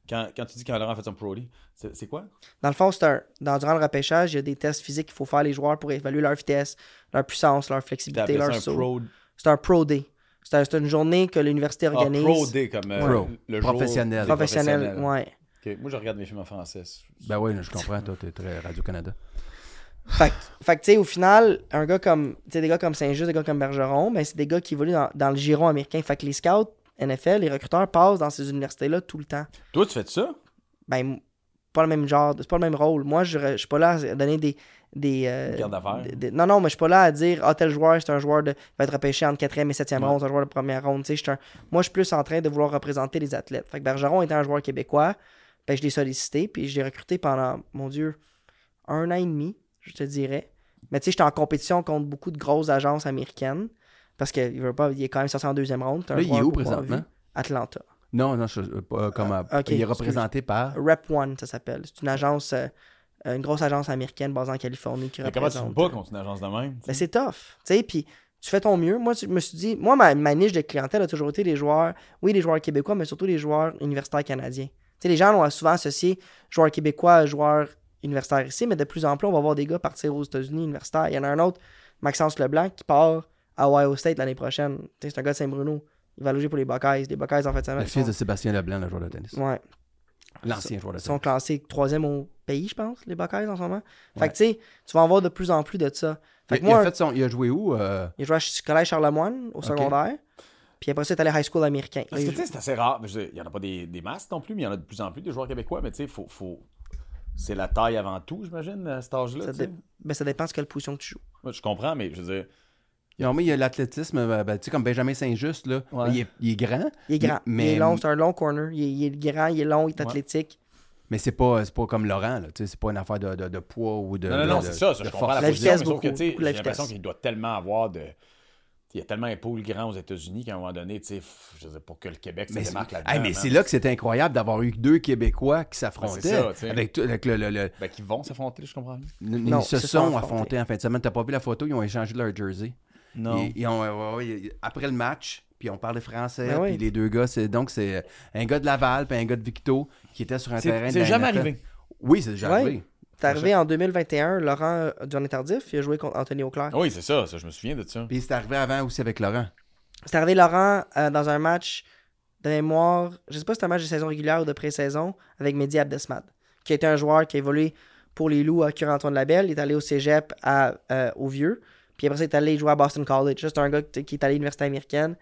[SPEAKER 1] quand, quand tu dis quand Laurent a fait son pro Day, c'est c'est quoi?
[SPEAKER 2] Dans le fond, c'est un. dans- durant le repêchage, il y a des tests physiques qu'il faut faire les joueurs pour évaluer leur vitesse, leur puissance, leur
[SPEAKER 1] Puis t'as
[SPEAKER 2] flexibilité,
[SPEAKER 1] appelé ça
[SPEAKER 2] leur
[SPEAKER 1] un
[SPEAKER 2] saut.
[SPEAKER 1] pro.
[SPEAKER 2] C'est un Pro Day. C'était c'était une journée que l'université
[SPEAKER 1] Ah,
[SPEAKER 2] organise.
[SPEAKER 1] pro Day comme euh,
[SPEAKER 3] Pro.
[SPEAKER 1] le jour
[SPEAKER 3] Professionnel.
[SPEAKER 1] des
[SPEAKER 2] professionnelle,
[SPEAKER 1] professionnels.
[SPEAKER 2] ouais.
[SPEAKER 1] Ok, Moi, je regarde mes films en français.
[SPEAKER 3] Ben oui, je comprends. Toi, t'es très Radio-Canada.
[SPEAKER 2] Fait, que- fait que, tu sais, au final, un gars comme, tu sais, des gars comme Saint-Just, des gars comme Bergeron, ben, c'est des gars qui évoluent dans, dans le giron américain. Fait que les scouts, NFL, les recruteurs passent dans ces universités-là tout le temps.
[SPEAKER 1] Toi, tu fais de ça?
[SPEAKER 2] Ben, m- pas le même genre, c'est pas le même rôle. Moi, je re- je suis pas là à donner des. des euh,
[SPEAKER 1] Garde d'affaires.
[SPEAKER 2] des- des- non, non, mais je suis pas là à dire, ah, tel joueur, c'est un joueur de. va être repêché entre 4e et 7e ronde, c'est un joueur de première ronde. Tu sais, je suis un- moi, je suis plus en train de vouloir représenter les athlètes. Fait que Bergeron étant un joueur québécois, ben, je l'ai sollicité, puis je l'ai recruté pendant, mon Dieu, un an et demi, je te dirais. Mais tu sais, j'étais en compétition contre beaucoup de grosses agences américaines, parce qu'il veut pas, il est quand même sorti en deuxième ronde. c'est un
[SPEAKER 3] Là, il est
[SPEAKER 2] joueur
[SPEAKER 3] où
[SPEAKER 2] pour avoir
[SPEAKER 3] présentement?
[SPEAKER 2] vu. Atlanta.
[SPEAKER 3] Non, non, je, euh, pas, euh, comme, euh,
[SPEAKER 2] Ah, ok,
[SPEAKER 3] il est
[SPEAKER 2] excuse.
[SPEAKER 3] représenté par.
[SPEAKER 2] Rep One, ça s'appelle. C'est une agence, euh, une grosse agence américaine basée en Californie qui
[SPEAKER 1] Mais comment tu te
[SPEAKER 2] représente.
[SPEAKER 1] bats contre une agence de même?
[SPEAKER 2] Ben, c'est tough. Tu sais, puis tu fais ton mieux. Moi, tu- je me suis dit, moi, ma, ma niche de clientèle a toujours été les joueurs, oui, les joueurs québécois, mais surtout les joueurs universitaires canadiens. Tu sais, les gens l'ont souvent associé joueurs québécois à joueurs universitaires ici, mais de plus en plus, on va voir des gars partir aux États-Unis universitaires. Il y en a un autre, Maxence Leblanc, qui part à Ohio State l'année prochaine. Tu sais, c'est un gars de Saint-Bruno. Il va loger pour les Buckeyes. Les Buckeyes, en fait, ça
[SPEAKER 3] Le fils de Sébastien Leblanc, le joueur de tennis.
[SPEAKER 2] Ouais.
[SPEAKER 3] L'ancien joueur de
[SPEAKER 2] Ils sont
[SPEAKER 3] tennis.
[SPEAKER 2] classés troisième au pays, je pense, les Buckeyes en ce moment. Fait
[SPEAKER 3] Ouais.
[SPEAKER 2] que tu sais, tu vas en voir de plus en plus de ça. Fait
[SPEAKER 3] Il,
[SPEAKER 2] que
[SPEAKER 3] il
[SPEAKER 2] moi,
[SPEAKER 3] a fait son, il a joué où euh,
[SPEAKER 2] il jouait à Ch- Collège Charlemagne au secondaire. Puis après ça, il est allé à High School américain.
[SPEAKER 1] Parce que
[SPEAKER 2] Il-
[SPEAKER 1] tu sais, c'est assez rare. Je veux dire, Il n'y en a pas des, des masses non plus, mais il y en a de plus en plus des joueurs québécois. Mais tu sais, faut, faut... c'est la taille avant tout, j'imagine, à cet âge-là.
[SPEAKER 2] Ça
[SPEAKER 1] tu sais.
[SPEAKER 2] dé- ben, ça dépend de quelle position que tu joues.
[SPEAKER 1] Moi, Je comprends, mais je veux dire,
[SPEAKER 3] Ils ont mis il y a l'athlétisme, euh, ben, tu sais, comme Benjamin Saint-Just, là.
[SPEAKER 1] Ouais.
[SPEAKER 3] Il, est, il est grand.
[SPEAKER 2] Il est grand.
[SPEAKER 3] Mais,
[SPEAKER 2] Il est long, c'est un long corner. Il est, il est grand, il est long, il est
[SPEAKER 1] Ouais.
[SPEAKER 2] athlétique.
[SPEAKER 3] mais c'est pas, c'est pas comme Laurent, là. Tu sais, c'est pas une affaire de, de- de poids ou de.
[SPEAKER 1] non, non,
[SPEAKER 3] de-
[SPEAKER 1] non,
[SPEAKER 3] de-
[SPEAKER 1] c'est ça, ça,
[SPEAKER 3] de
[SPEAKER 1] je comprends
[SPEAKER 3] force.
[SPEAKER 1] la,
[SPEAKER 2] La
[SPEAKER 1] position,
[SPEAKER 2] vitesse,
[SPEAKER 1] mais sauf
[SPEAKER 2] beaucoup,
[SPEAKER 1] que, tu sais,
[SPEAKER 2] beaucoup de la
[SPEAKER 1] j'ai l'impression
[SPEAKER 2] vitesse.
[SPEAKER 1] qu'il doit tellement avoir de... Il y a tellement un pôle grand aux États-Unis qu'à un moment donné, tu sais, pff, je veux dire, pour que le Québec se
[SPEAKER 3] Mais c'est-
[SPEAKER 1] démarque là-dedans.
[SPEAKER 3] Hey, mais
[SPEAKER 1] hein. Ben,
[SPEAKER 3] c'est là que c'était incroyable d'avoir eu deux Québécois qui
[SPEAKER 1] c'est
[SPEAKER 3] s'affrontaient
[SPEAKER 1] ça, tu sais.
[SPEAKER 3] avec, tout- avec le, le- le-
[SPEAKER 1] Ben, qu'ils vont s'affronter, je comprends.
[SPEAKER 3] Ils
[SPEAKER 2] Non,
[SPEAKER 3] se
[SPEAKER 2] ils se
[SPEAKER 3] sont
[SPEAKER 2] sont
[SPEAKER 3] affrontés en fin de semaine. T'as pas vu la photo, ils ont échangé leur jersey. Ils- ils ont- ouais, ouais, ouais, après le match, puis on parlait français,
[SPEAKER 2] Ben oui.
[SPEAKER 3] puis les deux gars, c'est donc c'est un gars de Laval puis un gars de Victo qui était sur un terrain.
[SPEAKER 1] C'est
[SPEAKER 3] de
[SPEAKER 1] c'est
[SPEAKER 3] la
[SPEAKER 1] jamais
[SPEAKER 3] NFL.
[SPEAKER 1] arrivé.
[SPEAKER 3] Oui, c'est déjà
[SPEAKER 2] Ouais.
[SPEAKER 3] arrivé.
[SPEAKER 2] T'es arrivé en 2021, Laurent euh, Johnny Tardif, il a joué contre Anthony Auclair.
[SPEAKER 1] Oui, c'est ça, ça, je me souviens de ça.
[SPEAKER 3] Puis c'est arrivé avant aussi avec Laurent.
[SPEAKER 2] C'est arrivé Laurent euh, dans un match de mémoire, je sais pas si c'est un match de saison régulière ou de pré-saison, avec Mehdi Abdesmad, qui était un joueur qui a évolué pour les loups à Curie-Antoine Labelle. Il est allé au cégep à, euh, au Vieux. Puis après ça, il est allé jouer à Boston College. Ça, C'est un gars qui qui est allé à l'université américaine.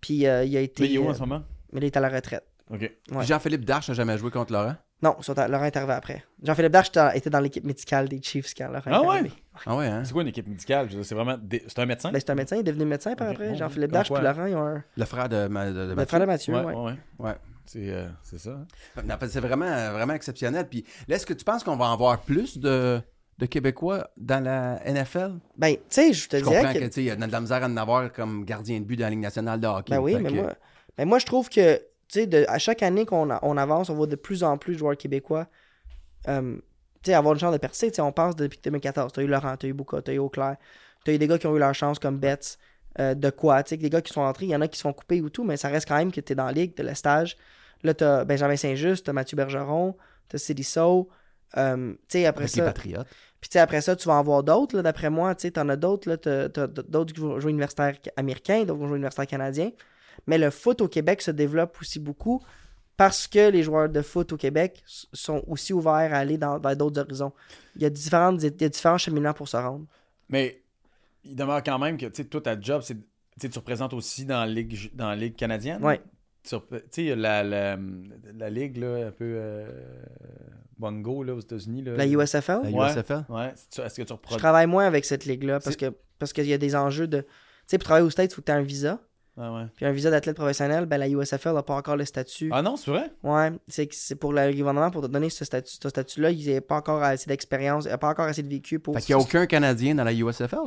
[SPEAKER 2] Puis euh, il a été.
[SPEAKER 1] Mais il est où
[SPEAKER 2] euh,
[SPEAKER 1] en ce moment?
[SPEAKER 2] mais là, il est à la retraite.
[SPEAKER 1] OK.
[SPEAKER 2] Ouais.
[SPEAKER 3] Puis Jean-Philippe Darche n'a jamais joué contre Laurent.
[SPEAKER 2] Non, sur ta- Laurent est arrivé après. Jean-Philippe Darche était- était dans l'équipe médicale des Chiefs quand Laurent
[SPEAKER 1] Ah ouais?
[SPEAKER 2] est arrivé.
[SPEAKER 3] Ah ouais, hein?
[SPEAKER 1] C'est quoi une équipe médicale? Je veux dire, C'est vraiment. des- C'est un médecin?
[SPEAKER 2] Ben, c'est un médecin, il est devenu médecin par
[SPEAKER 1] Ok,
[SPEAKER 2] après.
[SPEAKER 1] bon,
[SPEAKER 2] Jean-Philippe
[SPEAKER 1] comme
[SPEAKER 2] Darche
[SPEAKER 1] quoi.
[SPEAKER 2] puis Laurent, ils ont un.
[SPEAKER 3] Le frère de, ma- de- de
[SPEAKER 2] Le
[SPEAKER 3] Mathieu.
[SPEAKER 2] frère de Mathieu,
[SPEAKER 1] ouais,
[SPEAKER 2] ouais.
[SPEAKER 1] ouais, ouais.
[SPEAKER 3] Ouais.
[SPEAKER 1] C'est euh, c'est ça.
[SPEAKER 3] Non, parce que C'est vraiment, vraiment exceptionnel. Puis là, est-ce que tu penses qu'on va en voir plus de, de Québécois dans la NFL?
[SPEAKER 2] Ben, tu sais, je te
[SPEAKER 3] Je
[SPEAKER 2] dirais
[SPEAKER 3] comprends que, tu sais, il y a de la misère à en avoir comme gardien de but dans la Ligue nationale de hockey.
[SPEAKER 2] Ben oui,
[SPEAKER 3] Fait
[SPEAKER 2] mais
[SPEAKER 3] que-
[SPEAKER 2] moi, mais moi, je trouve que, tu sais, de- à chaque année qu'on a- on avance, on voit de plus en plus de joueurs québécois euh, tu sais, avoir une chance de percer. Tu sais, on passe depuis 2014. Tu as eu Laurent, tu as eu Bouca, tu as eu Auclair, tu as eu des gars qui ont eu leur chance comme Betts, euh, de quoi, tu sais, des gars qui sont entrés, il y en a qui se font couper ou tout, mais ça reste quand même que tu es dans la ligue, de la stage. Là, tu as Benjamin Saint-Just, tu as Mathieu Bergeron, tu as Célisseau. Euh, tu sais, après
[SPEAKER 3] Avec
[SPEAKER 2] ça,
[SPEAKER 3] les Patriotes.
[SPEAKER 2] puis tu sais, après ça, tu vas en voir d'autres, là, d'après moi. Tu sais, t'en as d'autres, là. T'as- t'as d'autres qui vont jouer universitaire ca- américain, d'autres qui vont jouer universitaire canadien. Mais le foot au Québec se développe aussi beaucoup parce que les joueurs de foot au Québec s- sont aussi ouverts à aller dans, vers d'autres horizons. Il y a différentes, il y a différents cheminements pour se rendre.
[SPEAKER 1] Mais il demeure quand même que, tu sais, toi, ta job, c'est. Tu sais, tu représentes aussi dans la Ligue, dans la ligue canadienne.
[SPEAKER 2] Ouais.
[SPEAKER 1] Tu rep- tu sais, il y a la, la, la Ligue, là, un peu. euh, bongo, là, aux États-Unis. Là.
[SPEAKER 2] La USFL,
[SPEAKER 3] La
[SPEAKER 1] Ouais.
[SPEAKER 3] USFL.
[SPEAKER 1] Ouais. C'est- Est-ce que tu
[SPEAKER 2] je
[SPEAKER 1] reproduis.
[SPEAKER 2] travaille moins avec cette ligue-là parce
[SPEAKER 1] C'est-
[SPEAKER 2] que parce qu'il y a des enjeux de. Tu sais, pour travailler aux States, il faut que tu aies un visa.
[SPEAKER 1] Ah, ouais.
[SPEAKER 2] Puis un visa d'athlète professionnel, ben la USFL n'a pas encore le statut.
[SPEAKER 1] ah non, c'est vrai?
[SPEAKER 2] Ouais, c'est que c'est pour le gouvernement pour te donner ce statut, ce statut-là, il n'y a pas encore assez d'expérience, il n'y a pas encore assez de vécu pour.
[SPEAKER 3] Fait qu'il n'y a aucun Canadien dans la USFL.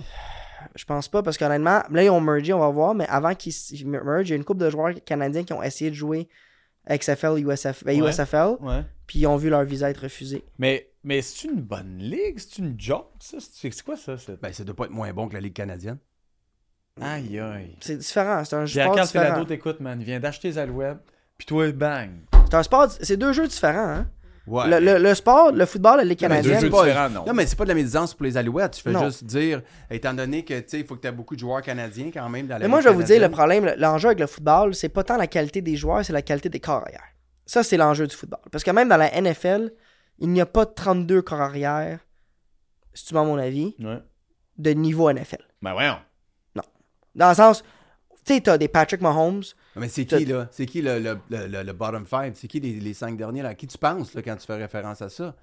[SPEAKER 2] Je pense pas parce qu'honnêtement, là ils ont mergé, on va voir, mais avant qu'ils s- ils mergent, il y a une couple de joueurs canadiens qui ont essayé de jouer XFL, USF, ben,
[SPEAKER 1] Ouais.
[SPEAKER 2] USFL,
[SPEAKER 1] Ouais.
[SPEAKER 2] puis ils ont vu leur visa être refusé.
[SPEAKER 1] Mais, mais c'est une bonne ligue? C'est une job, ça? C'est c'est quoi ça? cette-
[SPEAKER 3] Ben, ça doit pas être moins bon que la Ligue canadienne.
[SPEAKER 1] Aïe, aïe.
[SPEAKER 2] C'est différent, c'est un sport
[SPEAKER 1] Pierre-Carl Pelado
[SPEAKER 2] différent.
[SPEAKER 1] t'écoute, man. Il vient d'acheter des alouettes. Puis toi, bang.
[SPEAKER 2] C'est un sport, di- c'est deux jeux différents. Hein?
[SPEAKER 3] Ouais.
[SPEAKER 2] Le, le- le sport, le football, la Ligue
[SPEAKER 1] mais Ben, deux
[SPEAKER 2] canadienne.
[SPEAKER 1] jeux
[SPEAKER 3] C'est pas-
[SPEAKER 1] différents, non.
[SPEAKER 3] mais c'est pas de la médisance pour les Alouettes. Tu fais
[SPEAKER 2] Non.
[SPEAKER 3] juste dire, étant donné que, tu sais, il faut que tu as beaucoup de joueurs canadiens quand même dans la
[SPEAKER 2] Mais moi,
[SPEAKER 3] Ligue
[SPEAKER 2] je vais vous dire, le
[SPEAKER 3] canadienne.
[SPEAKER 2] problème, le- l'enjeu avec le football, c'est pas tant la qualité des joueurs, c'est la qualité des corps arrière. Ça, c'est l'enjeu du football. Parce que même dans la NFL, il n'y a pas 32 corps arrière, si tu m'as mon avis,
[SPEAKER 1] Ouais.
[SPEAKER 2] de niveau NFL.
[SPEAKER 1] Ben voyons.
[SPEAKER 2] Dans le sens, tu sais, t'as des Patrick Mahomes,
[SPEAKER 3] Mais c'est qui, là? C'est qui le, le- le- le- le bottom five? C'est qui les, les cinq derniers, là? À qui tu penses, là, quand tu fais référence à ça?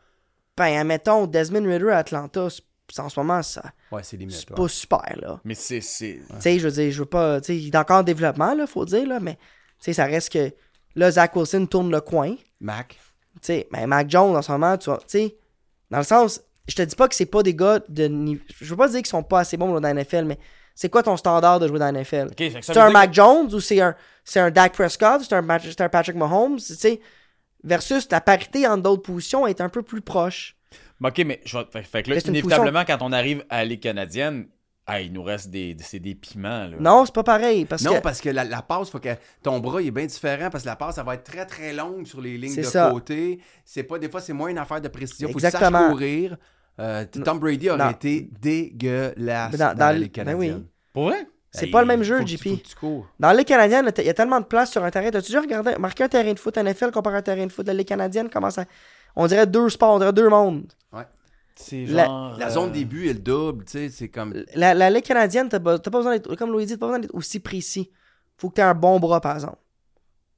[SPEAKER 2] ben, admettons, Desmond Ritter à Atlanta, c'est- c'est- en ce moment, ça,
[SPEAKER 3] Ouais, c'est limite.
[SPEAKER 2] c'est
[SPEAKER 3] ouais.
[SPEAKER 2] pas super, là.
[SPEAKER 1] Mais c'est. c'est...
[SPEAKER 2] Tu sais, je veux dire, je veux pas. Tu sais, il est encore en développement, là, faut dire, là, mais, tu sais, ça reste que. Là, Zach Wilson tourne le coin.
[SPEAKER 3] Mac.
[SPEAKER 2] tu sais, mais Mac Jones en ce moment, tu vois, tu sais, dans le sens, je te dis pas que c'est pas des gars de niveau. Je veux pas dire qu'ils sont pas assez bons pour jouer dans la NFL, mais c'est quoi ton standard de jouer dans la NFL?
[SPEAKER 1] Ok, fait que ça
[SPEAKER 2] c'est
[SPEAKER 1] veut
[SPEAKER 2] un
[SPEAKER 1] dire
[SPEAKER 2] Mac Jones ou c'est un, c'est un Dak Prescott, c'est un, Mat- c'est un Patrick Mahomes, tu sais, versus la parité entre d'autres positions est un peu plus proche.
[SPEAKER 1] Ben, ok, mais je vais- fait, fait que là,
[SPEAKER 2] Mais c'est une
[SPEAKER 1] inévitablement, quand on arrive à la Ligue canadienne, ah, il nous reste des, c'est des piments. Là.
[SPEAKER 2] Non, c'est pas pareil. Parce
[SPEAKER 3] non,
[SPEAKER 2] que,
[SPEAKER 3] parce que la, la passe, faut que ton bras il est bien différent parce que la passe, ça va être très très longue sur les lignes
[SPEAKER 2] C'est
[SPEAKER 3] de
[SPEAKER 2] ça.
[SPEAKER 3] côté. C'est pas des fois, c'est moins une affaire de précision. Faut
[SPEAKER 2] Exactement.
[SPEAKER 3] savoir courir. Euh, t- Tom Brady aurait
[SPEAKER 2] Non.
[SPEAKER 3] été dégueulasse
[SPEAKER 2] Mais
[SPEAKER 3] dans,
[SPEAKER 2] dans-
[SPEAKER 3] la
[SPEAKER 2] dans
[SPEAKER 3] Ligue
[SPEAKER 2] le- ben oui.
[SPEAKER 3] canadienne.
[SPEAKER 1] Pour vrai?
[SPEAKER 2] C'est
[SPEAKER 3] Hey,
[SPEAKER 2] pas le même jeu,
[SPEAKER 3] faut que tu-
[SPEAKER 2] JP.
[SPEAKER 3] faut que tu cours.
[SPEAKER 2] dans les Canadiens, il y a tellement de place sur un terrain. T'as-tu déjà regardé, marqué un terrain de foot NFL comparé à un terrain de foot de la Ligue canadienne? Comment ça. On dirait deux sports, on dirait deux mondes.
[SPEAKER 1] C'est
[SPEAKER 2] La-
[SPEAKER 1] genre.
[SPEAKER 3] La
[SPEAKER 1] euh,
[SPEAKER 3] zone des buts est le double, tu sais, c'est comme.
[SPEAKER 2] La, la Ligue canadienne, t'as pas, t'as pas besoin d'être, comme Louis dit, t'as pas besoin d'être aussi précis. Faut que t'aies un bon bras, par exemple.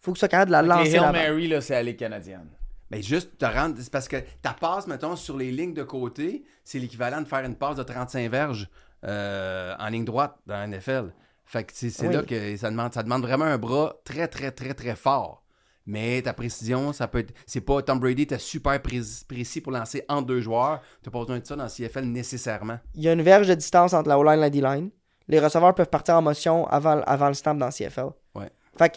[SPEAKER 2] Faut que tu sois capable de la
[SPEAKER 1] fait que Les
[SPEAKER 2] lancer
[SPEAKER 1] Hail
[SPEAKER 2] là
[SPEAKER 1] Mary, là, c'est la Ligue canadienne.
[SPEAKER 3] Mais juste te rendre. C'est parce que ta passe, mettons, sur les lignes de côté, c'est l'équivalent de faire une passe de 35 verges euh, en ligne droite dans la NFL. Fait que c'est c'est
[SPEAKER 2] Oui.
[SPEAKER 3] là que ça demande, ça demande vraiment un bras très, très, très, très fort. Mais ta précision, ça peut être. C'est pas Tom Brady, t'es super pré- précis pour lancer en deux joueurs. T'as pas besoin de ça dans le CFL nécessairement.
[SPEAKER 2] Il y a une verge de distance entre la O-line et la D-line. Les receveurs peuvent partir en motion avant, avant le stamp dans le CFL.
[SPEAKER 3] Ouais.
[SPEAKER 2] Fait que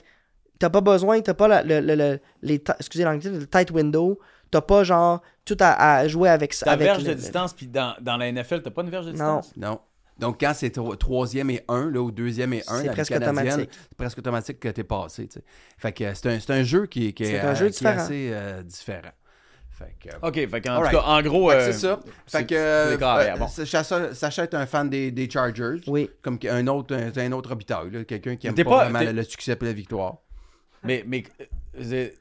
[SPEAKER 2] t'as pas besoin, t'as pas la- le, le- le- les, ta- excusez l'anglais, le tight window. T'as pas genre tout à, à jouer avec ça.
[SPEAKER 1] Ta
[SPEAKER 2] avec
[SPEAKER 1] verge de
[SPEAKER 2] le- le-
[SPEAKER 1] distance, puis dans, dans la NFL, t'as pas une verge de
[SPEAKER 2] Non.
[SPEAKER 1] distance?
[SPEAKER 3] Non. Donc, quand c'est tro- troisième et un, là, ou deuxième et un,
[SPEAKER 2] C'est
[SPEAKER 3] la Ligue
[SPEAKER 2] presque
[SPEAKER 3] canadienne,
[SPEAKER 2] automatique.
[SPEAKER 3] c'est presque automatique que t'es passé. tu sais. Fait que euh, c'est un, c'est un jeu qui, qui est,
[SPEAKER 2] C'est un
[SPEAKER 3] euh, qui
[SPEAKER 2] jeu
[SPEAKER 3] est
[SPEAKER 2] différent.
[SPEAKER 3] assez euh, différent. Fait que, euh,
[SPEAKER 1] OK, fait qu'en
[SPEAKER 3] Alright.
[SPEAKER 1] tout cas, en gros.
[SPEAKER 3] fait que
[SPEAKER 1] euh,
[SPEAKER 3] c'est ça. Fait
[SPEAKER 1] c'est-
[SPEAKER 3] que
[SPEAKER 1] c'est
[SPEAKER 3] euh,
[SPEAKER 1] grave,
[SPEAKER 3] euh,
[SPEAKER 1] bon.
[SPEAKER 3] Sacha, Sacha est un fan des, des Chargers,
[SPEAKER 2] Oui.
[SPEAKER 3] comme un autre, un, un autre habitacle, là, quelqu'un qui aime
[SPEAKER 1] t'es
[SPEAKER 3] pas,
[SPEAKER 1] pas-
[SPEAKER 3] vraiment
[SPEAKER 1] t'es-
[SPEAKER 3] le, le succès et la victoire.
[SPEAKER 1] Mais, mais euh, c'est-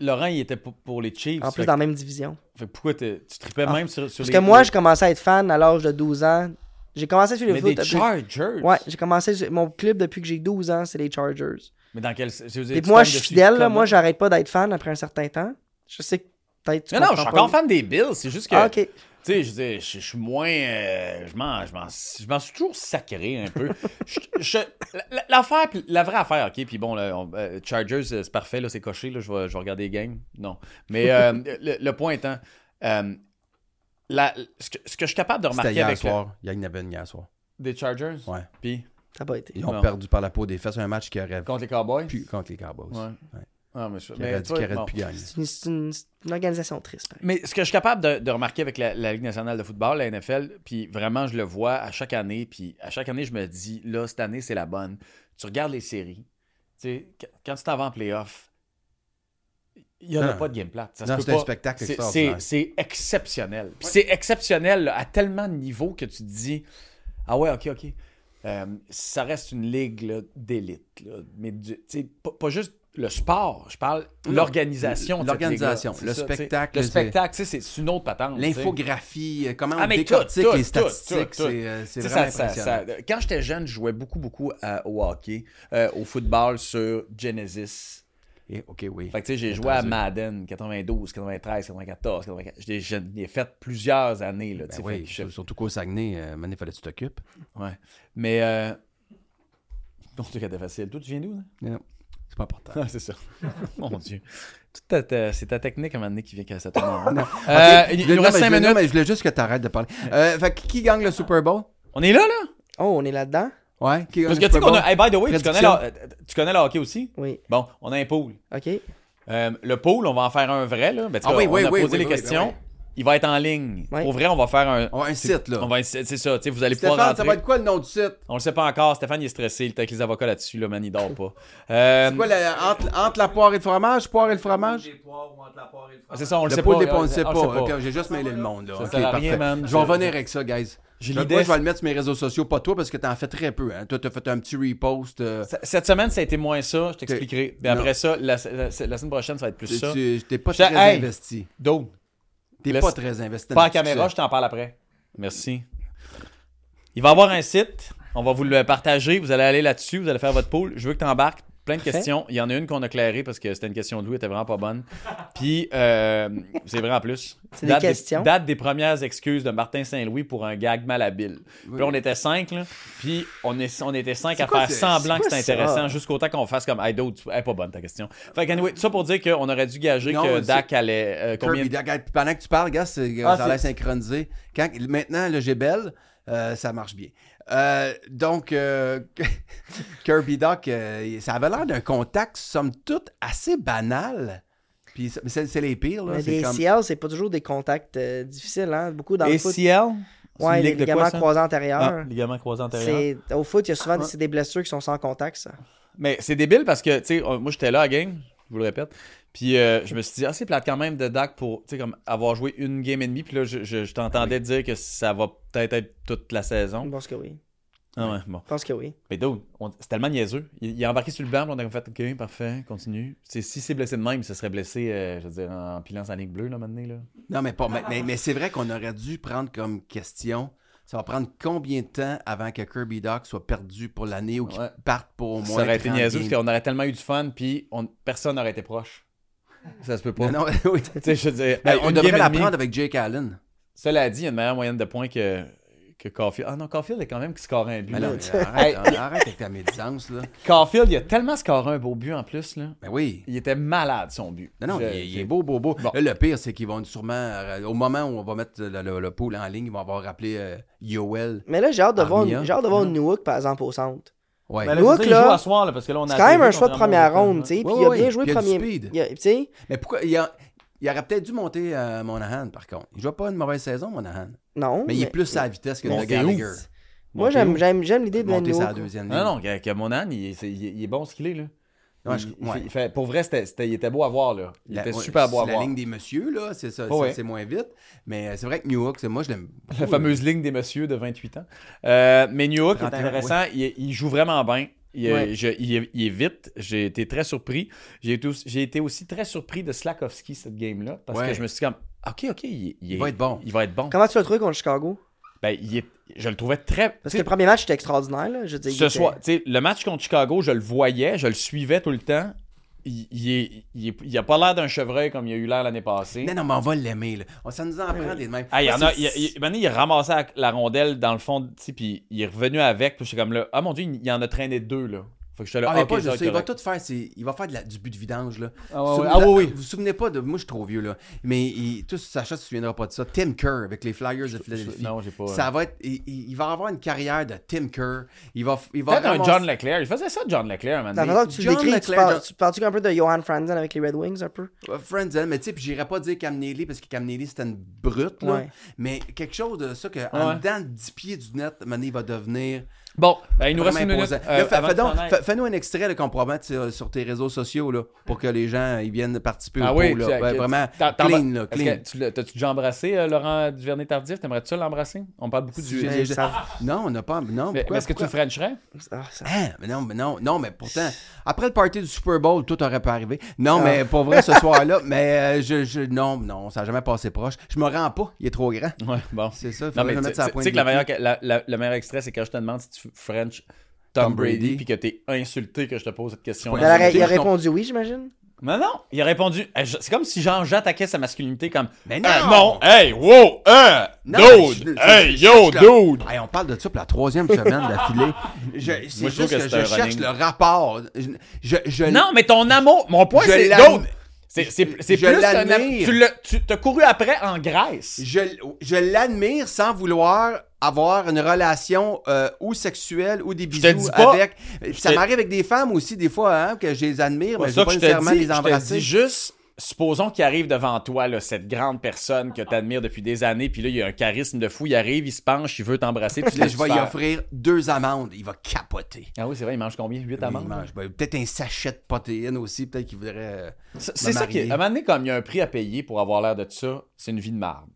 [SPEAKER 1] Laurent, il était pour, pour les Chiefs.
[SPEAKER 2] En plus,
[SPEAKER 1] fait,
[SPEAKER 2] dans la même division.
[SPEAKER 1] fait que pourquoi t'es- tu tripais
[SPEAKER 2] Ah,
[SPEAKER 1] même sur, sur
[SPEAKER 2] Parce
[SPEAKER 1] les.
[SPEAKER 2] que moi,
[SPEAKER 1] les-
[SPEAKER 2] j'ai commencé à être fan à l'âge de 12 ans. J'ai commencé sur le
[SPEAKER 1] Mais
[SPEAKER 2] foot.
[SPEAKER 1] des
[SPEAKER 2] depuis-
[SPEAKER 1] Chargers?
[SPEAKER 2] Ouais, j'ai commencé. sur- Mon club depuis que j'ai 12 ans, c'est les Chargers.
[SPEAKER 1] Mais dans quel. je veux dire,
[SPEAKER 2] Et
[SPEAKER 1] tu
[SPEAKER 2] moi,
[SPEAKER 1] tombes
[SPEAKER 2] je suis
[SPEAKER 1] dessus
[SPEAKER 2] fidèle. là.
[SPEAKER 1] comment?
[SPEAKER 2] Moi, j'arrête pas d'être fan après un certain temps. Je sais que peut-être. tu
[SPEAKER 1] Non, non, je
[SPEAKER 2] comprends
[SPEAKER 1] suis
[SPEAKER 2] pas.
[SPEAKER 1] encore fan des Bills. C'est juste que.
[SPEAKER 2] Ah, ok.
[SPEAKER 1] Tu sais, je veux dire, je je suis moins. euh, je m'en je m'en- je m'en suis toujours sacré un peu. Je- je- la- la- L'affaire, puis la vraie affaire, OK, puis bon, là, on- euh, Chargers, euh, c'est parfait, là, c'est coché, là, je vais, je vais regarder les games. Non. Mais euh, le, le point étant, euh, la- ce, que, ce que je suis capable de
[SPEAKER 3] C'était
[SPEAKER 1] remarquer
[SPEAKER 3] hier
[SPEAKER 1] avec euh,
[SPEAKER 3] soir. Il y a une abonne hier soir.
[SPEAKER 1] des Chargers,
[SPEAKER 3] Ouais.
[SPEAKER 1] puis
[SPEAKER 2] Ça n'a pas été.
[SPEAKER 3] Ils ont
[SPEAKER 1] Non.
[SPEAKER 3] perdu par la peau des fesses un match qui aurait
[SPEAKER 1] contre les Cowboys.
[SPEAKER 3] pu contre les Cowboys.
[SPEAKER 1] Ouais.
[SPEAKER 3] Ouais.
[SPEAKER 1] Ah, mais, je-
[SPEAKER 3] Qui
[SPEAKER 1] mais
[SPEAKER 3] aurait,
[SPEAKER 1] tu
[SPEAKER 3] dû-
[SPEAKER 1] vois,
[SPEAKER 3] qui aurait
[SPEAKER 1] bon.
[SPEAKER 3] pu gagner.
[SPEAKER 2] C'est une, c'est une- c'est une organisation triste. pareil.
[SPEAKER 1] Mais ce que je suis capable de, de remarquer avec la, la Ligue nationale de football, la NFL, puis vraiment, je le vois à chaque année, puis à chaque année, je me dis, là, cette année, c'est la bonne. Tu regardes les séries, tu sais, qu- quand tu t'en vas en playoff, il n'y en a
[SPEAKER 3] Non.
[SPEAKER 1] pas de game plate. Ça se
[SPEAKER 3] Non,
[SPEAKER 1] peut
[SPEAKER 3] c'est un
[SPEAKER 1] pas.
[SPEAKER 3] spectacle
[SPEAKER 1] C'est-
[SPEAKER 3] extraordinaire.
[SPEAKER 1] C'est c'est exceptionnel. Puis c'est exceptionnel là, à tellement de niveaux que tu te dis, ah ouais, ok, ok. Euh, ça reste une ligue là, d'élite. là. Mais du- tu sais, pas, pas juste le sport, je parle
[SPEAKER 3] Non.
[SPEAKER 1] l'organisation. de cette
[SPEAKER 3] L'organisation,
[SPEAKER 1] ligue-là.
[SPEAKER 3] le
[SPEAKER 1] C'est ça, tu sais.
[SPEAKER 3] spectacle,
[SPEAKER 1] Le
[SPEAKER 3] c'est-
[SPEAKER 1] spectacle, tu sais, c'est c'est une autre patente. tu sais.
[SPEAKER 3] L'infographie, euh, comment
[SPEAKER 1] Ah,
[SPEAKER 3] on
[SPEAKER 1] mais tout,
[SPEAKER 3] décortique
[SPEAKER 1] tout,
[SPEAKER 3] les
[SPEAKER 1] tout, tout,
[SPEAKER 3] statistiques,
[SPEAKER 1] tout.
[SPEAKER 3] c'est euh, c'est
[SPEAKER 1] Tu sais, ça-
[SPEAKER 3] vraiment
[SPEAKER 1] ça-
[SPEAKER 3] impressionnant.
[SPEAKER 1] ça- Quand j'étais jeune, je jouais beaucoup, beaucoup à- au hockey, euh, au football sur Genesis.
[SPEAKER 3] Et- OK, oui.
[SPEAKER 1] Fait que tu sais, j'ai joué à
[SPEAKER 3] Entendu.
[SPEAKER 1] Madden 92, 93, 94, 94. Je l'ai- J'en ai fait plusieurs années. Là, tu sais,
[SPEAKER 3] Ben
[SPEAKER 1] fait
[SPEAKER 3] oui,
[SPEAKER 1] que je-
[SPEAKER 3] surtout qu'au Saguenay, euh, Mané, fallait que tu t'occupes.
[SPEAKER 1] ouais. Mais. Euh... Mon truc était facile. Toi, tu viens d'où? là?
[SPEAKER 3] Non, C'est pas important.
[SPEAKER 1] Ah, c'est ça. Mon Dieu. Toute ta- ta- C'est ta technique à un moment donné qui vient que ça tourne en rond. Euh,
[SPEAKER 3] Ok,
[SPEAKER 1] il-
[SPEAKER 3] je-
[SPEAKER 1] il nous
[SPEAKER 3] non,
[SPEAKER 1] reste
[SPEAKER 3] mais
[SPEAKER 1] 5
[SPEAKER 3] je- non,
[SPEAKER 1] minutes. Ah.
[SPEAKER 3] mais je voulais juste que tu arrêtes de parler. Euh, fait que qui gagne le Super Bowl?
[SPEAKER 1] On est là, là?
[SPEAKER 2] Oh, on est là-dedans?
[SPEAKER 3] Ouais, qui gagne
[SPEAKER 1] Parce que
[SPEAKER 3] le
[SPEAKER 1] tu sais
[SPEAKER 3] Super
[SPEAKER 1] qu'on
[SPEAKER 3] Bowl?
[SPEAKER 1] a. Hey, by the way, tu
[SPEAKER 3] Prédiction.
[SPEAKER 1] connais, le, euh, tu connais le hockey aussi?
[SPEAKER 2] Oui.
[SPEAKER 1] Bon, on a un pool.
[SPEAKER 2] OK.
[SPEAKER 1] Euh, le pool, on va en faire un vrai. Là. Ben, en tout
[SPEAKER 3] Ah
[SPEAKER 1] cas,
[SPEAKER 3] oui,
[SPEAKER 1] on
[SPEAKER 3] oui,
[SPEAKER 1] a
[SPEAKER 3] oui,
[SPEAKER 1] posé
[SPEAKER 3] oui,
[SPEAKER 1] les
[SPEAKER 3] oui,
[SPEAKER 1] questions.
[SPEAKER 3] ben
[SPEAKER 1] Il va être en ligne.
[SPEAKER 2] Ouais.
[SPEAKER 1] Pour vrai, on va faire un.
[SPEAKER 3] On a un site, là.
[SPEAKER 1] On va essayer- c'est ça, tu sais, vous allez pouvoir
[SPEAKER 3] Stéphane, ça
[SPEAKER 1] rentrer.
[SPEAKER 3] va être quoi le nom du site?
[SPEAKER 1] On le sait pas encore, Stéphane il est stressé, il est avec les avocats là-dessus, là, man, il dort pas. Euh,
[SPEAKER 3] C'est quoi la- entre, entre la poire et le fromage? Poire et le fromage?
[SPEAKER 4] Des poires ou entre la poire et le fromage.
[SPEAKER 1] Euh, c'est ça, on le,
[SPEAKER 3] Le
[SPEAKER 1] sait
[SPEAKER 3] poule
[SPEAKER 1] pas.
[SPEAKER 3] des poires, on ne sait
[SPEAKER 1] on
[SPEAKER 3] pas.
[SPEAKER 1] le
[SPEAKER 3] Ok, J'ai juste mêlé le monde, là.
[SPEAKER 1] Ça
[SPEAKER 3] Ok,
[SPEAKER 1] sert à rien,
[SPEAKER 3] parfait.
[SPEAKER 1] man.
[SPEAKER 3] Je vais
[SPEAKER 1] Je-
[SPEAKER 3] revenir avec ça, guys.
[SPEAKER 1] J'ai
[SPEAKER 3] Moi,
[SPEAKER 1] l'idée-
[SPEAKER 3] je vais le mettre sur mes réseaux sociaux, pas toi, parce que t'en fais très peu. Hein. Toi, t'as fait un petit repost. euh,
[SPEAKER 1] C- Cette semaine, ça a été moins ça, je t'expliquerai. Puis
[SPEAKER 3] Non.
[SPEAKER 1] après ça, la, la- la semaine prochaine, ça va être plus ça.
[SPEAKER 3] tu- T'es pas
[SPEAKER 1] Je-
[SPEAKER 3] très
[SPEAKER 1] hey!
[SPEAKER 3] investi.
[SPEAKER 1] D'autres.
[SPEAKER 3] T'es
[SPEAKER 1] Laisse-
[SPEAKER 3] pas très investi. dans
[SPEAKER 1] Pas à
[SPEAKER 3] le succès.
[SPEAKER 1] caméra, je t'en parle après. Merci. Il va y avoir un site. On va vous le partager. Vous allez aller là-dessus. Vous allez faire votre pool. Je veux que tu embarques. Plein de
[SPEAKER 2] Parfait.
[SPEAKER 1] questions. Il y en a une qu'on a clairée parce que c'était une question de Louis, elle était vraiment pas bonne. Puis, euh, c'est vrai en plus.
[SPEAKER 2] C'est des
[SPEAKER 1] Date
[SPEAKER 2] questions.
[SPEAKER 1] date des premières excuses de Martin Saint-Louis pour un gag malhabile. Puis là, on était cinq, là. Puis on, est, on était cinq
[SPEAKER 3] C'est
[SPEAKER 1] à
[SPEAKER 3] quoi
[SPEAKER 1] faire
[SPEAKER 3] ce-
[SPEAKER 1] semblant
[SPEAKER 2] c'est
[SPEAKER 1] que
[SPEAKER 2] quoi
[SPEAKER 1] c'était
[SPEAKER 2] ça?
[SPEAKER 1] intéressant jusqu'au temps qu'on fasse comme Hey, d'autres, tu- elle est pas bonne ta question. Fait que, anyway, tout ça pour dire qu'on aurait dû gager
[SPEAKER 3] Non,
[SPEAKER 1] que
[SPEAKER 3] c'est-
[SPEAKER 1] Dak allait. euh, combien
[SPEAKER 3] Kirby, regarde, puis pendant que tu parles, gars, c'est-
[SPEAKER 2] Ah,
[SPEAKER 3] ça a l'air
[SPEAKER 2] c'est-
[SPEAKER 3] synchronisé. Quand, maintenant, le GBL, euh, ça marche bien. Euh, donc, euh, Kirby Doc, euh, ça avait l'air d'un contact, somme toute, assez banal. Puis ça- mais c'est c'est les pires. Là.
[SPEAKER 2] Mais
[SPEAKER 3] C'est
[SPEAKER 2] des
[SPEAKER 3] comme-
[SPEAKER 2] CL, c'est pas toujours des contacts euh, difficiles, hein? Beaucoup dans le foot.
[SPEAKER 1] ACL?
[SPEAKER 2] Ouais, les ligaments croisés
[SPEAKER 1] Ah,
[SPEAKER 2] antérieurs.
[SPEAKER 1] ligaments croisés antérieurs.
[SPEAKER 2] C'est Au foot, il y a
[SPEAKER 3] Ah.
[SPEAKER 2] souvent des- c'est des blessures qui sont sans contact, ça.
[SPEAKER 1] Mais c'est débile parce que, tu sais, euh, moi j'étais là à game, je vous le répète. Puis euh, je me suis dit, ah, c'est plate quand même de Dak pour, tu sais, comme avoir joué une game et demie. Puis là, je, je- je t'entendais dire que ça va peut-être être toute la
[SPEAKER 2] Je
[SPEAKER 1] saison.
[SPEAKER 2] pense que oui.
[SPEAKER 1] Ah ouais, bon.
[SPEAKER 2] Je pense que oui.
[SPEAKER 1] Mais dude, on- c'est tellement niaiseux. Il, il est embarqué sur le banc, puis on a fait, ok, parfait, continue. C'est- si c'est blessé de même, ça serait blessé, euh, je veux dire, en pilant sa ligne bleue, là, maintenant. Là.
[SPEAKER 3] Non, mais, pas, mais, mais- mais c'est vrai qu'on aurait dû prendre comme question. Ça va prendre combien de temps avant que Kirby Doc soit perdu pour l'année ou qu'il
[SPEAKER 1] Ouais.
[SPEAKER 3] parte pour au moins.
[SPEAKER 1] ça aurait été
[SPEAKER 3] 30
[SPEAKER 1] niaiseux parce
[SPEAKER 3] games?
[SPEAKER 1] qu'on aurait tellement eu du fun, puis on- personne n'aurait été proche. Ça se peut pas.
[SPEAKER 3] Non, non,
[SPEAKER 1] Tu
[SPEAKER 3] oui.
[SPEAKER 1] sais, je veux dire,
[SPEAKER 3] Hey,
[SPEAKER 1] une
[SPEAKER 3] Ben, on
[SPEAKER 1] game
[SPEAKER 3] devrait
[SPEAKER 1] et
[SPEAKER 3] la
[SPEAKER 1] demie-
[SPEAKER 3] prendre avec Jake Allen.
[SPEAKER 1] Cela dit, il y a une meilleure moyenne de points que, que Caulfield. Ah non, Caulfield est quand même qui score un but.
[SPEAKER 3] Mais non,
[SPEAKER 1] là.
[SPEAKER 3] mais Ben arrête, arrête avec ta médisance, là.
[SPEAKER 1] Caulfield, il a tellement scoré un beau but en plus. Là.
[SPEAKER 3] Ben oui.
[SPEAKER 1] Il était malade son but.
[SPEAKER 3] Non, non,
[SPEAKER 1] Je-
[SPEAKER 3] il, est- il est
[SPEAKER 1] j'ai-
[SPEAKER 3] beau, beau, beau.
[SPEAKER 1] Bon.
[SPEAKER 3] Là, le pire, c'est qu'ils vont sûrement, euh, au moment où on va mettre le, le- le pool en ligne, ils vont avoir rappelé euh, Yoel.
[SPEAKER 2] Mais là, j'ai hâte de voir,
[SPEAKER 3] Armia.
[SPEAKER 2] j'ai hâte de voir Newark, par exemple, au centre.
[SPEAKER 3] Ouais.
[SPEAKER 1] Mais Ben, là,
[SPEAKER 3] Mais,
[SPEAKER 1] je veux dire,
[SPEAKER 2] Look,
[SPEAKER 1] il joue
[SPEAKER 2] là,
[SPEAKER 1] à soir, là, parce que là, on a
[SPEAKER 2] C'est quand même un
[SPEAKER 1] atterri
[SPEAKER 2] choix de
[SPEAKER 1] contre
[SPEAKER 2] première
[SPEAKER 1] Ramon
[SPEAKER 2] ronde, tu sais.
[SPEAKER 3] Ouais,
[SPEAKER 2] Puis il a
[SPEAKER 3] ouais,
[SPEAKER 2] bien
[SPEAKER 3] ouais,
[SPEAKER 2] joué
[SPEAKER 3] puis il y a du
[SPEAKER 2] premier.
[SPEAKER 3] speed.
[SPEAKER 2] il a- Tu sais,
[SPEAKER 3] pourquoi il, a- il aurait peut-être dû monter à Monahan, par contre. Il joue pas une mauvaise saison, Monahan.
[SPEAKER 2] non.
[SPEAKER 3] Mais il est plus à la vitesse que
[SPEAKER 1] Monter
[SPEAKER 3] de
[SPEAKER 1] où?
[SPEAKER 3] Gallagher.
[SPEAKER 2] Moi, j'aime, j'aime, j'aime l'idée de
[SPEAKER 3] Monter sa
[SPEAKER 2] Newark.
[SPEAKER 3] deuxième ligne.
[SPEAKER 1] Non, non, que, que Monahan, il, est- c'est- il est- il est bon ce qu'il est. Là.
[SPEAKER 3] Ouais,
[SPEAKER 1] Il-
[SPEAKER 3] je-
[SPEAKER 1] il
[SPEAKER 3] ouais.
[SPEAKER 1] fait- il fait- pour vrai, c'était, c'était- il était beau à voir. Là. Il
[SPEAKER 3] La-
[SPEAKER 1] était
[SPEAKER 3] ouais,
[SPEAKER 1] super beau à
[SPEAKER 3] c'est
[SPEAKER 1] voir.
[SPEAKER 3] La ligne des messieurs, là, c'est ça,
[SPEAKER 1] Ouais,
[SPEAKER 3] ça,
[SPEAKER 1] ouais.
[SPEAKER 3] c'est moins vite. Mais euh, c'est vrai que Newhook, c'est- moi, je l'aime.
[SPEAKER 1] La fameuse ligne des messieurs de 28 ans. Euh, mais Newhook est
[SPEAKER 3] 31,
[SPEAKER 1] intéressant. Il, il joue vraiment bien. Il, est-
[SPEAKER 2] Ouais.
[SPEAKER 1] je- il est- il est vite. J'ai été très surpris. J'ai été, aussi- j'ai été aussi très surpris de Slakowski cette game-là. Parce
[SPEAKER 3] Ouais.
[SPEAKER 1] que je me suis dit comme, OK, OK, il,
[SPEAKER 3] Il va être bon.
[SPEAKER 1] Il va être bon.
[SPEAKER 2] Comment tu l'as trouvé contre Chicago?
[SPEAKER 1] Ben, il est- je le trouvais très.
[SPEAKER 2] Parce
[SPEAKER 1] tu
[SPEAKER 2] que
[SPEAKER 1] sais,
[SPEAKER 2] le premier match, c'était extraordinaire. Là. Je veux dire, il
[SPEAKER 1] ce
[SPEAKER 2] était-
[SPEAKER 1] soir, tu sais, le match contre Chicago, je le voyais, je le suivais tout le temps. Il, il, est- il est- il a pas l'air d'un chevreuil comme il a eu l'air l'année passée.
[SPEAKER 3] Non, non, mais on va l'aimer, là. On- Ça nous en prend des mêmes.
[SPEAKER 1] Ah, il y en
[SPEAKER 3] Moi,
[SPEAKER 1] a,
[SPEAKER 3] c'est-
[SPEAKER 1] il, il, Mané, il ramassait la- la rondelle dans le fond, tu sais, puis il est revenu avec. Puis j'étais comme là, ah mon dieu, il y en a traîné deux, là. Faut que je te le
[SPEAKER 3] Ah, mais pas
[SPEAKER 1] ok, ça va
[SPEAKER 3] juste
[SPEAKER 1] être
[SPEAKER 3] ça, il va
[SPEAKER 1] correct.
[SPEAKER 3] tout faire, c'est- il va faire de la- du but de vidange, là.
[SPEAKER 1] Ah, ouais,
[SPEAKER 3] Vous
[SPEAKER 1] ouais.
[SPEAKER 3] souvenez-
[SPEAKER 1] Ah, oui, oui.
[SPEAKER 3] Vous vous souvenez pas de. Moi, je suis trop vieux, là. Mais il, tout Sacha ne se souviendra pas de ça. Tim Kerr avec les Flyers de Philadelphie.
[SPEAKER 1] Non, j'ai pas. euh,
[SPEAKER 3] Ça va être. Il, il- il va avoir une carrière de Tim Kerr. Il va. f- Il va
[SPEAKER 1] Peut-être un
[SPEAKER 3] ramasser-
[SPEAKER 1] John Leclerc. Il faisait ça, John Leclerc,
[SPEAKER 2] Dans
[SPEAKER 1] man.
[SPEAKER 2] la façon que tu le
[SPEAKER 3] John
[SPEAKER 2] décris, tu
[SPEAKER 3] Leclerc,
[SPEAKER 2] parles,
[SPEAKER 3] John-
[SPEAKER 2] tu parles-tu un peu de Johan Franzen avec les Red Wings, un peu?
[SPEAKER 3] Euh, Friends, hein, mais tu sais, puis j'irai pas dire Cam Neely parce que Cam Neely, c'était une brute, là.
[SPEAKER 2] Ouais.
[SPEAKER 3] Mais quelque chose de ça que, en
[SPEAKER 1] Ouais.
[SPEAKER 3] dedans de 10 pieds du net, Mané, il va devenir.
[SPEAKER 1] Bon, ben, il nous reste
[SPEAKER 3] vraiment
[SPEAKER 1] une minute.
[SPEAKER 3] imposant.
[SPEAKER 1] Euh,
[SPEAKER 3] Là, fa-
[SPEAKER 1] avant
[SPEAKER 3] fais
[SPEAKER 1] de
[SPEAKER 3] donc-
[SPEAKER 1] s'en aller.
[SPEAKER 3] fa- Fais-nous un extrait de compromettre sur, sur tes réseaux sociaux, là, pour que les gens, ils viennent participer
[SPEAKER 1] Ah
[SPEAKER 3] au
[SPEAKER 1] oui,
[SPEAKER 3] pool, là.
[SPEAKER 1] tu-
[SPEAKER 3] Ouais,
[SPEAKER 1] tu-
[SPEAKER 3] vraiment,
[SPEAKER 1] t'en- t'en-
[SPEAKER 3] clean, là,
[SPEAKER 1] est-ce
[SPEAKER 3] clean.
[SPEAKER 1] que tu l'as- T'as-tu déjà embrassé euh, Laurent Duvernay-Tardif? T'aimerais-tu l'embrasser? On parle beaucoup du...
[SPEAKER 3] Tu-
[SPEAKER 2] Mais
[SPEAKER 3] je-
[SPEAKER 2] ça-
[SPEAKER 3] Non, on n'a pas. Non,
[SPEAKER 1] Mais,
[SPEAKER 3] pourquoi-
[SPEAKER 1] mais est-ce que tu
[SPEAKER 3] pourquoi-
[SPEAKER 1] le frencherais?
[SPEAKER 2] Ah, ça-
[SPEAKER 3] Hein? Mais non, mais non, non, mais pourtant, après le party du Super Bowl, tout aurait pu arriver.
[SPEAKER 1] Ah.
[SPEAKER 3] Non, mais pour vrai, ce soir-là, mais euh, je, je- non, non, ça n'a jamais passé proche. Je me rends pas, il est trop grand.
[SPEAKER 1] Ouais, bon.
[SPEAKER 3] C'est ça, il
[SPEAKER 1] Non,
[SPEAKER 3] faudrait
[SPEAKER 1] mais
[SPEAKER 3] le
[SPEAKER 1] tu
[SPEAKER 3] mettre
[SPEAKER 1] tu
[SPEAKER 3] sur la pointe
[SPEAKER 1] sais que la
[SPEAKER 3] des pieds.
[SPEAKER 1] meilleure, la- la- le meilleur extrait, c'est quand je te demande si tu french Tom
[SPEAKER 3] Tom Brady.
[SPEAKER 1] Brady puis que t'es insulté que je te pose cette question.
[SPEAKER 3] Ouais.
[SPEAKER 2] Il a ré- il a
[SPEAKER 3] je comprends.
[SPEAKER 2] répondu oui, j'imagine.
[SPEAKER 1] Non, non, il a répondu. euh, je- C'est comme si genre j'attaquais sa masculinité comme.
[SPEAKER 3] Mais non!
[SPEAKER 1] euh, non, hey, wow, euh,
[SPEAKER 3] Non,
[SPEAKER 1] dude,
[SPEAKER 3] je- je-
[SPEAKER 1] hey,
[SPEAKER 3] je-
[SPEAKER 1] yo,
[SPEAKER 3] je- je-
[SPEAKER 1] dude.
[SPEAKER 3] Hey, on parle de ça pour la troisième semaine d'affilée. Je, c'est
[SPEAKER 1] Moi, je trouve
[SPEAKER 3] juste
[SPEAKER 1] que
[SPEAKER 3] que,
[SPEAKER 1] c'est
[SPEAKER 3] je
[SPEAKER 1] un
[SPEAKER 3] cherche
[SPEAKER 1] running.
[SPEAKER 3] le rapport. Je, je, je-
[SPEAKER 1] Non, mais ton amour, mon point
[SPEAKER 3] Je
[SPEAKER 1] c'est
[SPEAKER 3] l'admi-
[SPEAKER 1] dude. C'est c'est- c'est
[SPEAKER 3] je
[SPEAKER 1] plus un am-
[SPEAKER 3] l'admire.
[SPEAKER 1] tu l'as- tu t'as couru après en Grèce.
[SPEAKER 3] je, je l'admire sans vouloir avoir une relation euh, ou sexuelle ou des
[SPEAKER 1] Je te
[SPEAKER 3] bisous
[SPEAKER 1] dis pas.
[SPEAKER 3] avec. Ça
[SPEAKER 1] te-
[SPEAKER 3] m'arrive avec des femmes aussi, des fois, hein, que je les admire,
[SPEAKER 1] Pas
[SPEAKER 3] mais je
[SPEAKER 1] ça
[SPEAKER 3] veux
[SPEAKER 1] que
[SPEAKER 3] pas
[SPEAKER 1] je te
[SPEAKER 3] nécessairement
[SPEAKER 1] dis,
[SPEAKER 3] les
[SPEAKER 1] je te
[SPEAKER 3] embrasser.
[SPEAKER 1] dis juste supposons qu'il arrive devant toi, là, cette grande personne que tu admires depuis des années, puis là, il y a un charisme de fou, il arrive, il se penche, il veut t'embrasser, puis tu
[SPEAKER 3] Là,
[SPEAKER 1] laisses
[SPEAKER 3] je vais lui offrir deux amandes. Il va capoter.
[SPEAKER 1] Ah oui, c'est vrai, il mange combien? 8
[SPEAKER 3] Il
[SPEAKER 1] amandes?
[SPEAKER 3] mange. Ben, Peut-être un sachet de protéines aussi. Peut-être qu'il voudrait. euh,
[SPEAKER 1] C'est c'est
[SPEAKER 3] Me
[SPEAKER 1] ça qui est.
[SPEAKER 3] marier.
[SPEAKER 1] À un moment donné, comme il y a un prix à payer pour avoir l'air de ça, c'est une vie de marde.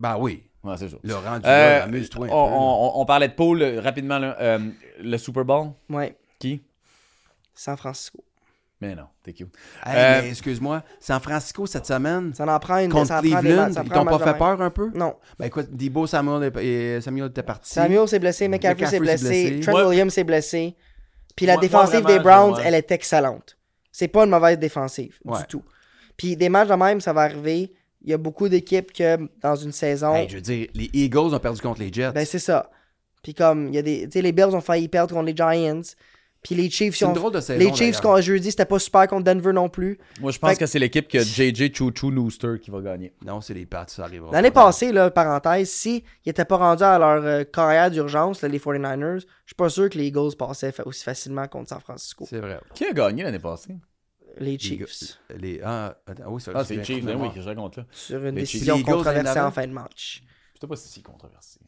[SPEAKER 3] Ben oui.
[SPEAKER 1] Ouais, c'est ça.
[SPEAKER 3] Le rendu
[SPEAKER 1] Euh,
[SPEAKER 3] là, amuse-toi un
[SPEAKER 1] on,
[SPEAKER 3] peu.
[SPEAKER 1] on- on parlait de Paul euh, rapidement. là. Euh, le Super Bowl,
[SPEAKER 2] Ouais,
[SPEAKER 1] qui?
[SPEAKER 2] San Francisco.
[SPEAKER 1] Mais non, t'es cute.
[SPEAKER 3] Hey,
[SPEAKER 1] Euh,
[SPEAKER 3] mais excuse-moi, San Francisco cette semaine
[SPEAKER 2] Ça en prend une ça
[SPEAKER 3] contre
[SPEAKER 2] en prend des
[SPEAKER 3] Cleveland,
[SPEAKER 2] matchs, ça en
[SPEAKER 3] ils
[SPEAKER 2] prend un
[SPEAKER 3] t'ont pas
[SPEAKER 2] match de
[SPEAKER 3] fait
[SPEAKER 2] même.
[SPEAKER 3] peur un peu?
[SPEAKER 2] Non.
[SPEAKER 3] Ben écoute, Debo Samuel et et Samuel était parti.
[SPEAKER 2] Samuel s'est blessé, McCaffrey s'est
[SPEAKER 3] McCaffrey s'est
[SPEAKER 2] blessé,
[SPEAKER 3] blessé.
[SPEAKER 2] Trent
[SPEAKER 1] Moi-
[SPEAKER 2] Williams s'est blessé. Puis la
[SPEAKER 1] Moi- moi,
[SPEAKER 2] défensive
[SPEAKER 1] vraiment,
[SPEAKER 2] des Browns,
[SPEAKER 1] je- ouais.
[SPEAKER 2] elle est excellente. C'est pas une mauvaise défensive
[SPEAKER 3] Ouais.
[SPEAKER 2] du tout. Puis des matchs de même, ça va arriver. Il y a beaucoup d'équipes que dans une saison,
[SPEAKER 3] Hey, je veux dire, les Eagles ont perdu contre les Jets.
[SPEAKER 2] ben c'est ça. Puis comme il y a des, tu sais, les Bills ont failli perdre contre les Giants. Puis les Chiefs,
[SPEAKER 3] c'est
[SPEAKER 2] ils
[SPEAKER 3] une
[SPEAKER 2] ont-
[SPEAKER 3] drôle de saison.
[SPEAKER 2] les Chiefs
[SPEAKER 3] d'ailleurs.
[SPEAKER 2] qu'on jeudi, c'était pas super contre Denver non plus.
[SPEAKER 1] Moi, je pense
[SPEAKER 2] Fait que-
[SPEAKER 1] que c'est l'équipe que JJ Chouchou Nooster qui va gagner.
[SPEAKER 3] Non, c'est les Pats, ça arrivera.
[SPEAKER 2] L'année
[SPEAKER 3] pas.
[SPEAKER 2] passée, là, parenthèse, si ils n'étaient pas rendus à leur euh, carrière d'urgence, là, les 49ers, je suis pas sûr que les Eagles passaient fa- aussi facilement contre San Francisco.
[SPEAKER 3] C'est vrai.
[SPEAKER 1] Qui a gagné l'année passée?
[SPEAKER 2] Les
[SPEAKER 3] Les gars-
[SPEAKER 2] Chiefs.
[SPEAKER 3] Les, ah, attends, oui, Euh, c'est
[SPEAKER 1] Ah, c'est les Chiefs, ben oui,
[SPEAKER 3] excuse-moi.
[SPEAKER 1] que je raconte là.
[SPEAKER 2] Sur une
[SPEAKER 1] Les Chiefs.
[SPEAKER 2] décision
[SPEAKER 3] Les Eagles,
[SPEAKER 2] controversée
[SPEAKER 3] l'année
[SPEAKER 2] en fin de match.
[SPEAKER 1] C'était pas si controversé.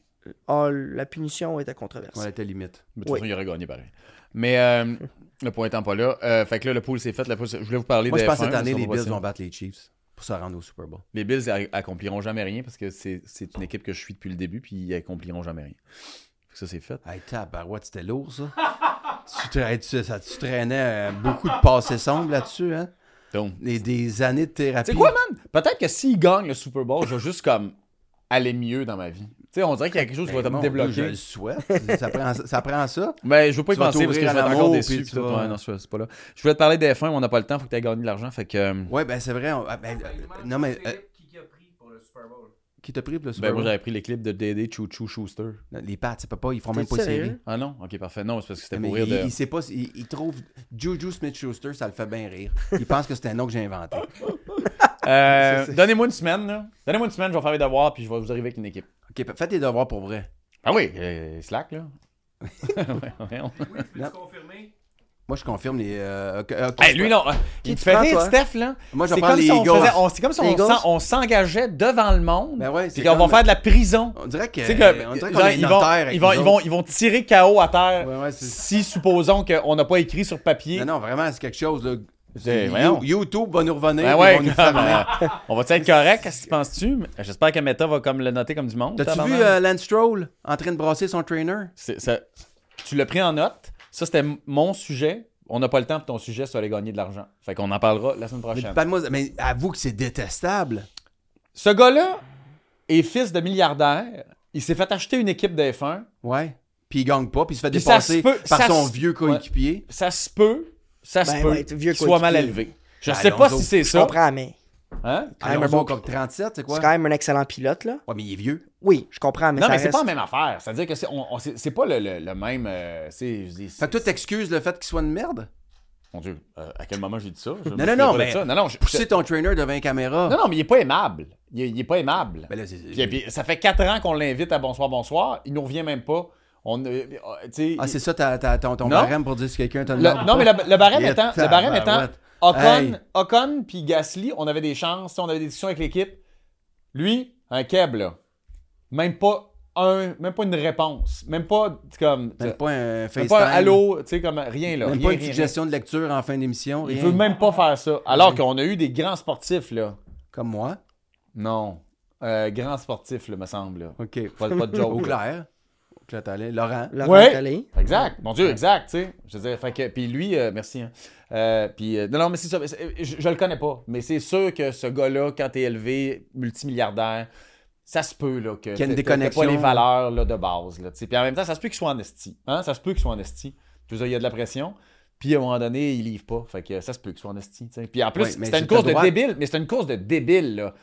[SPEAKER 2] Ah, la punition était controversée.
[SPEAKER 3] On était limite.
[SPEAKER 1] Mais de toute
[SPEAKER 2] Oui.
[SPEAKER 1] façon, il aurait gagné pareil. Mais euh, le point étant pas là, euh, fait que là, le pool s'est fait. le pool s'est- je voulais vous parler
[SPEAKER 3] Moi,
[SPEAKER 1] de
[SPEAKER 3] je pense
[SPEAKER 1] F1,
[SPEAKER 3] que cette année,
[SPEAKER 1] mais
[SPEAKER 3] les
[SPEAKER 1] ça va
[SPEAKER 3] Bills
[SPEAKER 1] pas
[SPEAKER 3] vont battre les Chiefs pour se rendre au Super Bowl.
[SPEAKER 1] Les Bills a- accompliront jamais rien parce que c'est c'est une équipe que je suis depuis le début, puis ils accompliront jamais rien. Fait que Ça, c'est fait.
[SPEAKER 3] Hey, tabarouette, c'était lourd, ça. tu, tra- tu- ça. Tu traînais euh, beaucoup de passés sombres là-dessus, hein?
[SPEAKER 1] Donc,
[SPEAKER 3] Des, des années de thérapie.
[SPEAKER 1] tu sais quoi, man? Peut-être que s'ils gagnent le Super Bowl, je vais juste comme aller mieux dans ma vie. Tu sais, on dirait qu'il y a quelque chose qui va
[SPEAKER 3] Ben,
[SPEAKER 1] me
[SPEAKER 3] mon Dieu, Je
[SPEAKER 1] débloquer.
[SPEAKER 3] le souhaite. ça, prend, ça prend ça.
[SPEAKER 1] Mais je veux pas y
[SPEAKER 3] Tu vas
[SPEAKER 1] penser parce que je vais
[SPEAKER 3] t'ouvrir
[SPEAKER 1] être
[SPEAKER 3] à
[SPEAKER 1] encore
[SPEAKER 3] l'amour,
[SPEAKER 1] déçu.
[SPEAKER 3] puis
[SPEAKER 1] puis
[SPEAKER 3] tu
[SPEAKER 1] tout.
[SPEAKER 3] vas-
[SPEAKER 1] Ouais, non, c'est c'est pas là. Je voulais te parler des F1, mais on n'a pas le temps. Faut que tu aies gagné de l'argent. Fait que. euh,
[SPEAKER 3] Ouais, ben c'est vrai. on- ah, ben, euh, non, mais euh,
[SPEAKER 4] Qui qui a pris pour le Super Bowl?
[SPEAKER 3] qui t'a pris pour le Super
[SPEAKER 1] Ben, moi,
[SPEAKER 3] Bowl?
[SPEAKER 1] j'avais pris les clips de Dédé Chou Chou Schuster.
[SPEAKER 3] Non, Les Pats, c'est pas pas, ils feront même
[SPEAKER 2] T'es
[SPEAKER 3] pas de
[SPEAKER 2] sérieux?
[SPEAKER 3] série.
[SPEAKER 1] Ah non? Ok, parfait. Non, c'est parce que c'était
[SPEAKER 3] Mais
[SPEAKER 1] pour
[SPEAKER 3] il,
[SPEAKER 1] rire de.
[SPEAKER 3] il sait pas, si- il, il trouve Juju Smith-Schuster, ça le fait bien rire. Il pense que c'est un nom que j'ai inventé.
[SPEAKER 1] Euh,
[SPEAKER 3] C'est- c'est-
[SPEAKER 1] Donnez-moi une semaine, là. Donnez-moi une semaine, je vais faire mes devoirs, puis je vais vous arriver avec une équipe.
[SPEAKER 3] Ok, pa- faites tes devoirs pour vrai.
[SPEAKER 1] Ah oui, euh, slack, là. Ouais, voyons.
[SPEAKER 4] Oui,
[SPEAKER 3] Non.
[SPEAKER 4] peux-tu confirmer?
[SPEAKER 3] Moi, je confirme les. euh, ok, ok.
[SPEAKER 1] Hey, lui, non. hein, Il
[SPEAKER 2] Qui
[SPEAKER 1] te
[SPEAKER 2] tu
[SPEAKER 1] fait
[SPEAKER 2] prends,
[SPEAKER 1] rire,
[SPEAKER 2] toi?
[SPEAKER 1] Steph, là.
[SPEAKER 3] Moi,
[SPEAKER 1] C'est
[SPEAKER 3] je vais prendre
[SPEAKER 1] comme
[SPEAKER 3] les
[SPEAKER 1] si on
[SPEAKER 3] Eagles.
[SPEAKER 1] faisait- on- c'est comme si
[SPEAKER 2] Les
[SPEAKER 1] on
[SPEAKER 2] Eagles?
[SPEAKER 1] s'en- on s'engageait devant le monde.
[SPEAKER 3] Ben ouais, c'est
[SPEAKER 1] Puis qu'on va
[SPEAKER 3] comme-
[SPEAKER 1] faire de la prison.
[SPEAKER 3] On dirait que.
[SPEAKER 1] Tu sais que,
[SPEAKER 3] on dirait qu'on
[SPEAKER 1] genre,
[SPEAKER 3] est
[SPEAKER 1] ils, vont,
[SPEAKER 3] notaire avec
[SPEAKER 1] ils, vont,
[SPEAKER 3] nous
[SPEAKER 1] ils, vont,
[SPEAKER 3] autres.
[SPEAKER 1] ils vont tirer KO à terre
[SPEAKER 3] Ouais, ouais, c'est-
[SPEAKER 1] si supposons qu'on n'a pas écrit sur papier.
[SPEAKER 3] Non, non, vraiment, c'est quelque chose. Là.
[SPEAKER 1] C'est-
[SPEAKER 3] You-
[SPEAKER 1] voyons.
[SPEAKER 3] YouTube va nous revenir.
[SPEAKER 1] Ben
[SPEAKER 3] ils
[SPEAKER 1] ouais,
[SPEAKER 3] vont nous
[SPEAKER 1] comme,
[SPEAKER 3] fermer.
[SPEAKER 1] euh, on va-tu être correct, qu'est-ce que tu penses-tu? J'espère que Meta va comme le noter comme du monde.
[SPEAKER 3] T'as-tu vu
[SPEAKER 1] tabarnak.
[SPEAKER 3] euh, Lance Stroll en train de brasser son trainer?
[SPEAKER 1] C'est- ça- tu l'as pris en note. Ça, c'était m- mon sujet. On n'a pas le temps pour ton sujet sur les gagner de l'argent. Fait qu'on en parlera la semaine
[SPEAKER 3] Mais,
[SPEAKER 1] prochaine.
[SPEAKER 3] parle-moi- mais avoue que c'est détestable.
[SPEAKER 1] Ce gars-là est fils de milliardaire. Il s'est fait acheter une équipe de F1.
[SPEAKER 3] Ouais. Puis il gagne pas, puis il se fait
[SPEAKER 1] Puis ça se
[SPEAKER 3] dépasser
[SPEAKER 1] peut-
[SPEAKER 3] par
[SPEAKER 1] ça
[SPEAKER 3] son
[SPEAKER 1] se-
[SPEAKER 3] vieux coéquipier.
[SPEAKER 1] Ça se peut, ça se
[SPEAKER 2] Ben
[SPEAKER 1] peut
[SPEAKER 2] ouais, t'es vieux
[SPEAKER 1] qu'il soit mal
[SPEAKER 2] coéquipier. Ah,
[SPEAKER 1] élevé. Je
[SPEAKER 3] Ben,
[SPEAKER 1] sais pas
[SPEAKER 3] Alonso,
[SPEAKER 1] si c'est
[SPEAKER 2] Je
[SPEAKER 1] ça.
[SPEAKER 2] comprends, Ah, mais
[SPEAKER 1] Hein?
[SPEAKER 2] Quand même un
[SPEAKER 3] Alonso,
[SPEAKER 2] bon-
[SPEAKER 3] comme 37, c'est quoi?
[SPEAKER 2] c'est quand même un excellent pilote, là.
[SPEAKER 3] Ouais, mais il est vieux.
[SPEAKER 2] Oui, je comprends, mais
[SPEAKER 1] non,
[SPEAKER 2] ça
[SPEAKER 1] mais c'est pas la
[SPEAKER 2] reste-
[SPEAKER 1] même affaire. C'est-à-dire que c'est, on- on- c'est- c'est pas le, le- le même. euh, c'est, je dis,
[SPEAKER 3] Fait que toi,
[SPEAKER 1] c'est-
[SPEAKER 3] t'excuses le fait qu'il soit une merde?
[SPEAKER 1] Mon Dieu, euh, à quel moment j'ai dit ça? Je-
[SPEAKER 3] non,
[SPEAKER 1] je me
[SPEAKER 3] non,
[SPEAKER 1] souviens pas de
[SPEAKER 3] mais-
[SPEAKER 1] ça. non, non, je-
[SPEAKER 3] Pousser ton trainer devant une caméra.
[SPEAKER 1] non, non, mais il est pas aimable. Il est, il est pas aimable.
[SPEAKER 3] Ben là, c'est-
[SPEAKER 1] Puis, puis ça fait quatre ans qu'on l'invite à Bonsoir, Bonsoir. Il nous revient même pas. On, euh, euh, tu sais,
[SPEAKER 3] Ah,
[SPEAKER 1] il-
[SPEAKER 3] c'est ça ta- ta- ton, ton
[SPEAKER 1] Non.
[SPEAKER 3] barème pour dire si quelqu'un te le
[SPEAKER 1] le- non, mais le, le barème
[SPEAKER 3] Il est
[SPEAKER 1] étant, le barème étant
[SPEAKER 3] tabarouette.
[SPEAKER 1] Ocon,
[SPEAKER 3] Hey.
[SPEAKER 1] Ocon puis Gasly, on avait des chances, on avait des discussions avec l'équipe. Lui, un keb, là. Même pas un, même pas une réponse. Même pas comme.
[SPEAKER 3] Même pas un
[SPEAKER 1] même
[SPEAKER 3] FaceTime.
[SPEAKER 1] pas un allô, tu sais, comme rien, là.
[SPEAKER 3] Même
[SPEAKER 1] rien,
[SPEAKER 3] pas
[SPEAKER 1] rien,
[SPEAKER 3] une
[SPEAKER 1] rien.
[SPEAKER 3] suggestion de lecture en fin d'émission.
[SPEAKER 1] Il
[SPEAKER 3] rien.
[SPEAKER 1] veut même pas faire ça. Alors qu'on a eu des grands sportifs, là.
[SPEAKER 3] Comme moi.
[SPEAKER 1] Non. Euh, grands sportifs, là, me semble. là.
[SPEAKER 3] OK.
[SPEAKER 1] Pas, pas de joke.
[SPEAKER 3] Au
[SPEAKER 1] là.
[SPEAKER 3] clair. Au clair, t'allais. Laurent.
[SPEAKER 2] Laurent
[SPEAKER 1] Ouais.
[SPEAKER 2] Collet.
[SPEAKER 1] Exact. Mon Dieu, exact, tu sais. Je veux dire, fait que- puis lui, euh, merci. hein. Euh, puis, euh, non, non, mais c'est ça. mais c'est- Je, je le connais pas. Mais c'est sûr que ce gars-là, quand t'es élevé, multimilliardaire, ça se peut, là, que
[SPEAKER 3] Qu'il y a une
[SPEAKER 1] t'as- t'as- t'as pas
[SPEAKER 3] déconnexion.
[SPEAKER 1] les valeurs, là, de base, là, tu sais. Puis en même temps, ça se peut qu'il soit en esti. Hein? Ça se peut qu'il soit en esti. Je veux dire, il y a de la pression. Puis à un moment donné, il livre pas. Fait que ça se peut qu'il soit en esti, tu sais. Puis en plus,
[SPEAKER 3] Ouais, mais
[SPEAKER 1] c'était
[SPEAKER 3] c'est
[SPEAKER 1] une course
[SPEAKER 3] ta droite.
[SPEAKER 1] de débile. Mais c'était une course de débile, là.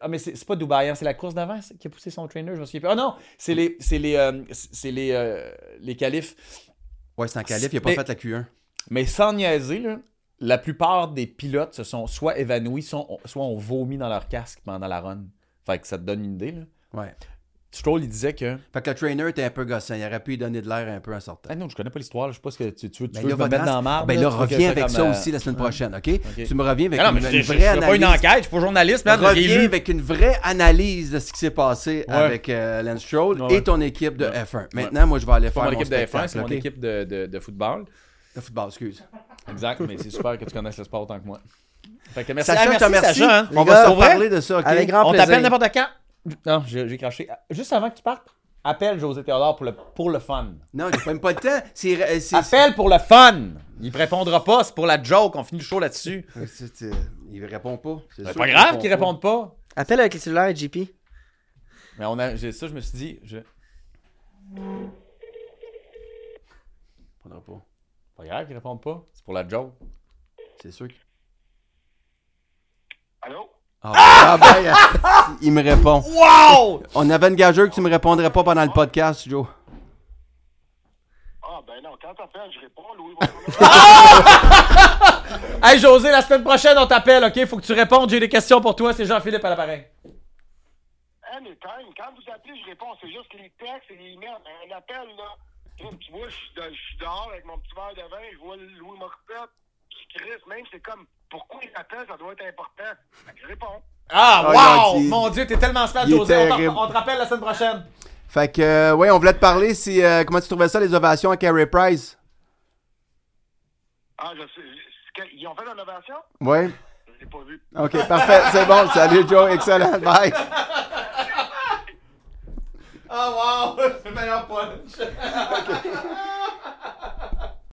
[SPEAKER 1] Ah, mais c'est c'est pas Dubaï, hein, c'est la course d'avant c'est- qui a poussé son trainer, je me souviens plus. Ah non, c'est les, c'est les, euh, c'est les, euh, les qualifs.
[SPEAKER 3] Ouais, c'est en calife, il a pas
[SPEAKER 1] Mais-
[SPEAKER 3] fait la Q1.
[SPEAKER 1] Mais sans niaiser, là, la plupart des pilotes se sont soit évanouis, soit, soit ont vomi dans leur casque pendant la run. Fait que ça te donne une idée. Là.
[SPEAKER 3] Ouais.
[SPEAKER 1] Tu Stroll, il disait que.
[SPEAKER 3] Fait que le trainer était un peu gossant. Il aurait pu lui donner de l'air un peu en sortant.
[SPEAKER 1] Ah non, je connais pas l'histoire. là. Je sais pas ce que tu, tu veux, tu
[SPEAKER 3] Ben,
[SPEAKER 1] veux
[SPEAKER 3] là,
[SPEAKER 1] me
[SPEAKER 3] votre
[SPEAKER 1] mettre
[SPEAKER 3] race-
[SPEAKER 1] dans la marde.
[SPEAKER 3] Ben là,
[SPEAKER 1] tu veux que
[SPEAKER 3] reviens
[SPEAKER 1] je
[SPEAKER 3] avec
[SPEAKER 1] fasse
[SPEAKER 3] ça
[SPEAKER 1] comme, euh,
[SPEAKER 3] aussi la semaine prochaine, OK? Tu me reviens avec
[SPEAKER 1] Ah non, mais
[SPEAKER 3] une,
[SPEAKER 1] je-
[SPEAKER 3] une
[SPEAKER 1] je-
[SPEAKER 3] vraie
[SPEAKER 1] je fais pas une
[SPEAKER 3] analyse.
[SPEAKER 1] enquête, je suis pas journaliste, mais là, j'ai
[SPEAKER 3] Reviens
[SPEAKER 1] lu.
[SPEAKER 3] avec une vraie analyse de ce qui s'est passé
[SPEAKER 1] Ouais.
[SPEAKER 3] avec euh, Lance Stroll
[SPEAKER 1] Ouais.
[SPEAKER 3] et ton équipe de F1. Maintenant, moi, je vais aller
[SPEAKER 1] C'est pas
[SPEAKER 3] faire
[SPEAKER 1] mon
[SPEAKER 3] mon
[SPEAKER 1] équipe de F1,
[SPEAKER 3] spectacle,
[SPEAKER 1] c'est mon
[SPEAKER 3] OK?
[SPEAKER 1] équipe de, de, de football.
[SPEAKER 3] de football, excuse.
[SPEAKER 1] Exact, mais c'est super que tu connaisses le sport autant que moi. Fait que merci,
[SPEAKER 3] Sacha,
[SPEAKER 1] ah,
[SPEAKER 3] je te remercie.
[SPEAKER 1] Sacha, hein.
[SPEAKER 3] On
[SPEAKER 2] Les
[SPEAKER 3] va se
[SPEAKER 2] gars,
[SPEAKER 3] reparler de ça, OK?
[SPEAKER 2] Avec grand
[SPEAKER 1] On t'appelle
[SPEAKER 2] plaisir.
[SPEAKER 1] n'importe quand. Non, j'ai j'ai craché. Juste avant que tu partes, appelle José Théodore pour le, pour le fun.
[SPEAKER 3] Non, j'ai même pas le temps. C'est- euh, c'est-
[SPEAKER 1] Appelle pour le fun! Il te répondra pas, c'est pour la joke, on finit le show là-dessus.
[SPEAKER 3] c'est- c'est- euh, Il répond pas.
[SPEAKER 1] C'est pas grave qu'il réponde pas.
[SPEAKER 2] Appelle avec le cellulaire JP.
[SPEAKER 1] Mais on a, j'ai- ça, je me suis dit, je...
[SPEAKER 3] pas. Il répondra pas.
[SPEAKER 1] pas grave qu'il réponde pas, c'est pour la joke.
[SPEAKER 3] C'est sûr qu'il-
[SPEAKER 4] Allô?
[SPEAKER 3] Ah, ah, ben, euh, il me répond.
[SPEAKER 1] Wow!
[SPEAKER 3] On avait une gageure que tu me répondrais pas pendant le podcast, Joe.
[SPEAKER 4] Ah, ben non, quand t'appelles, je réponds, Louis. va-
[SPEAKER 1] Hey José, la semaine prochaine, on t'appelle, ok? Faut que tu répondes, j'ai des questions pour toi, c'est Jean-Philippe à l'appareil.
[SPEAKER 4] Anytime. Quand vous appelez, je réponds. C'est juste les textes et les emails. Ben, Un appel, là. Tu vois, je suis de- je suis dehors avec mon petit verre de vin, je vois Louis Morissette, qui crisse. Même, c'est comme, pourquoi il appelle, ça doit être important. Fait que je réponds.
[SPEAKER 1] Ah,
[SPEAKER 3] Ah,
[SPEAKER 1] wow!
[SPEAKER 3] il-
[SPEAKER 1] Mon Dieu, t'es tellement smart,
[SPEAKER 3] il est
[SPEAKER 1] José. On t'en-
[SPEAKER 3] terrible.
[SPEAKER 1] On te rappelle la semaine prochaine.
[SPEAKER 3] Fait que, euh, ouais, on voulait te parler. Si, euh, comment tu trouvais ça, les ovations à Carey Price?
[SPEAKER 4] Ah, je sais. je- c'est que- Ils ont fait une ovation?
[SPEAKER 3] Ouais.
[SPEAKER 4] Je l'ai pas vu.
[SPEAKER 3] OK, parfait. C'est bon. Salut, Joe. Excellent. Bye.
[SPEAKER 1] Ah, wow! C'est le meilleur punch.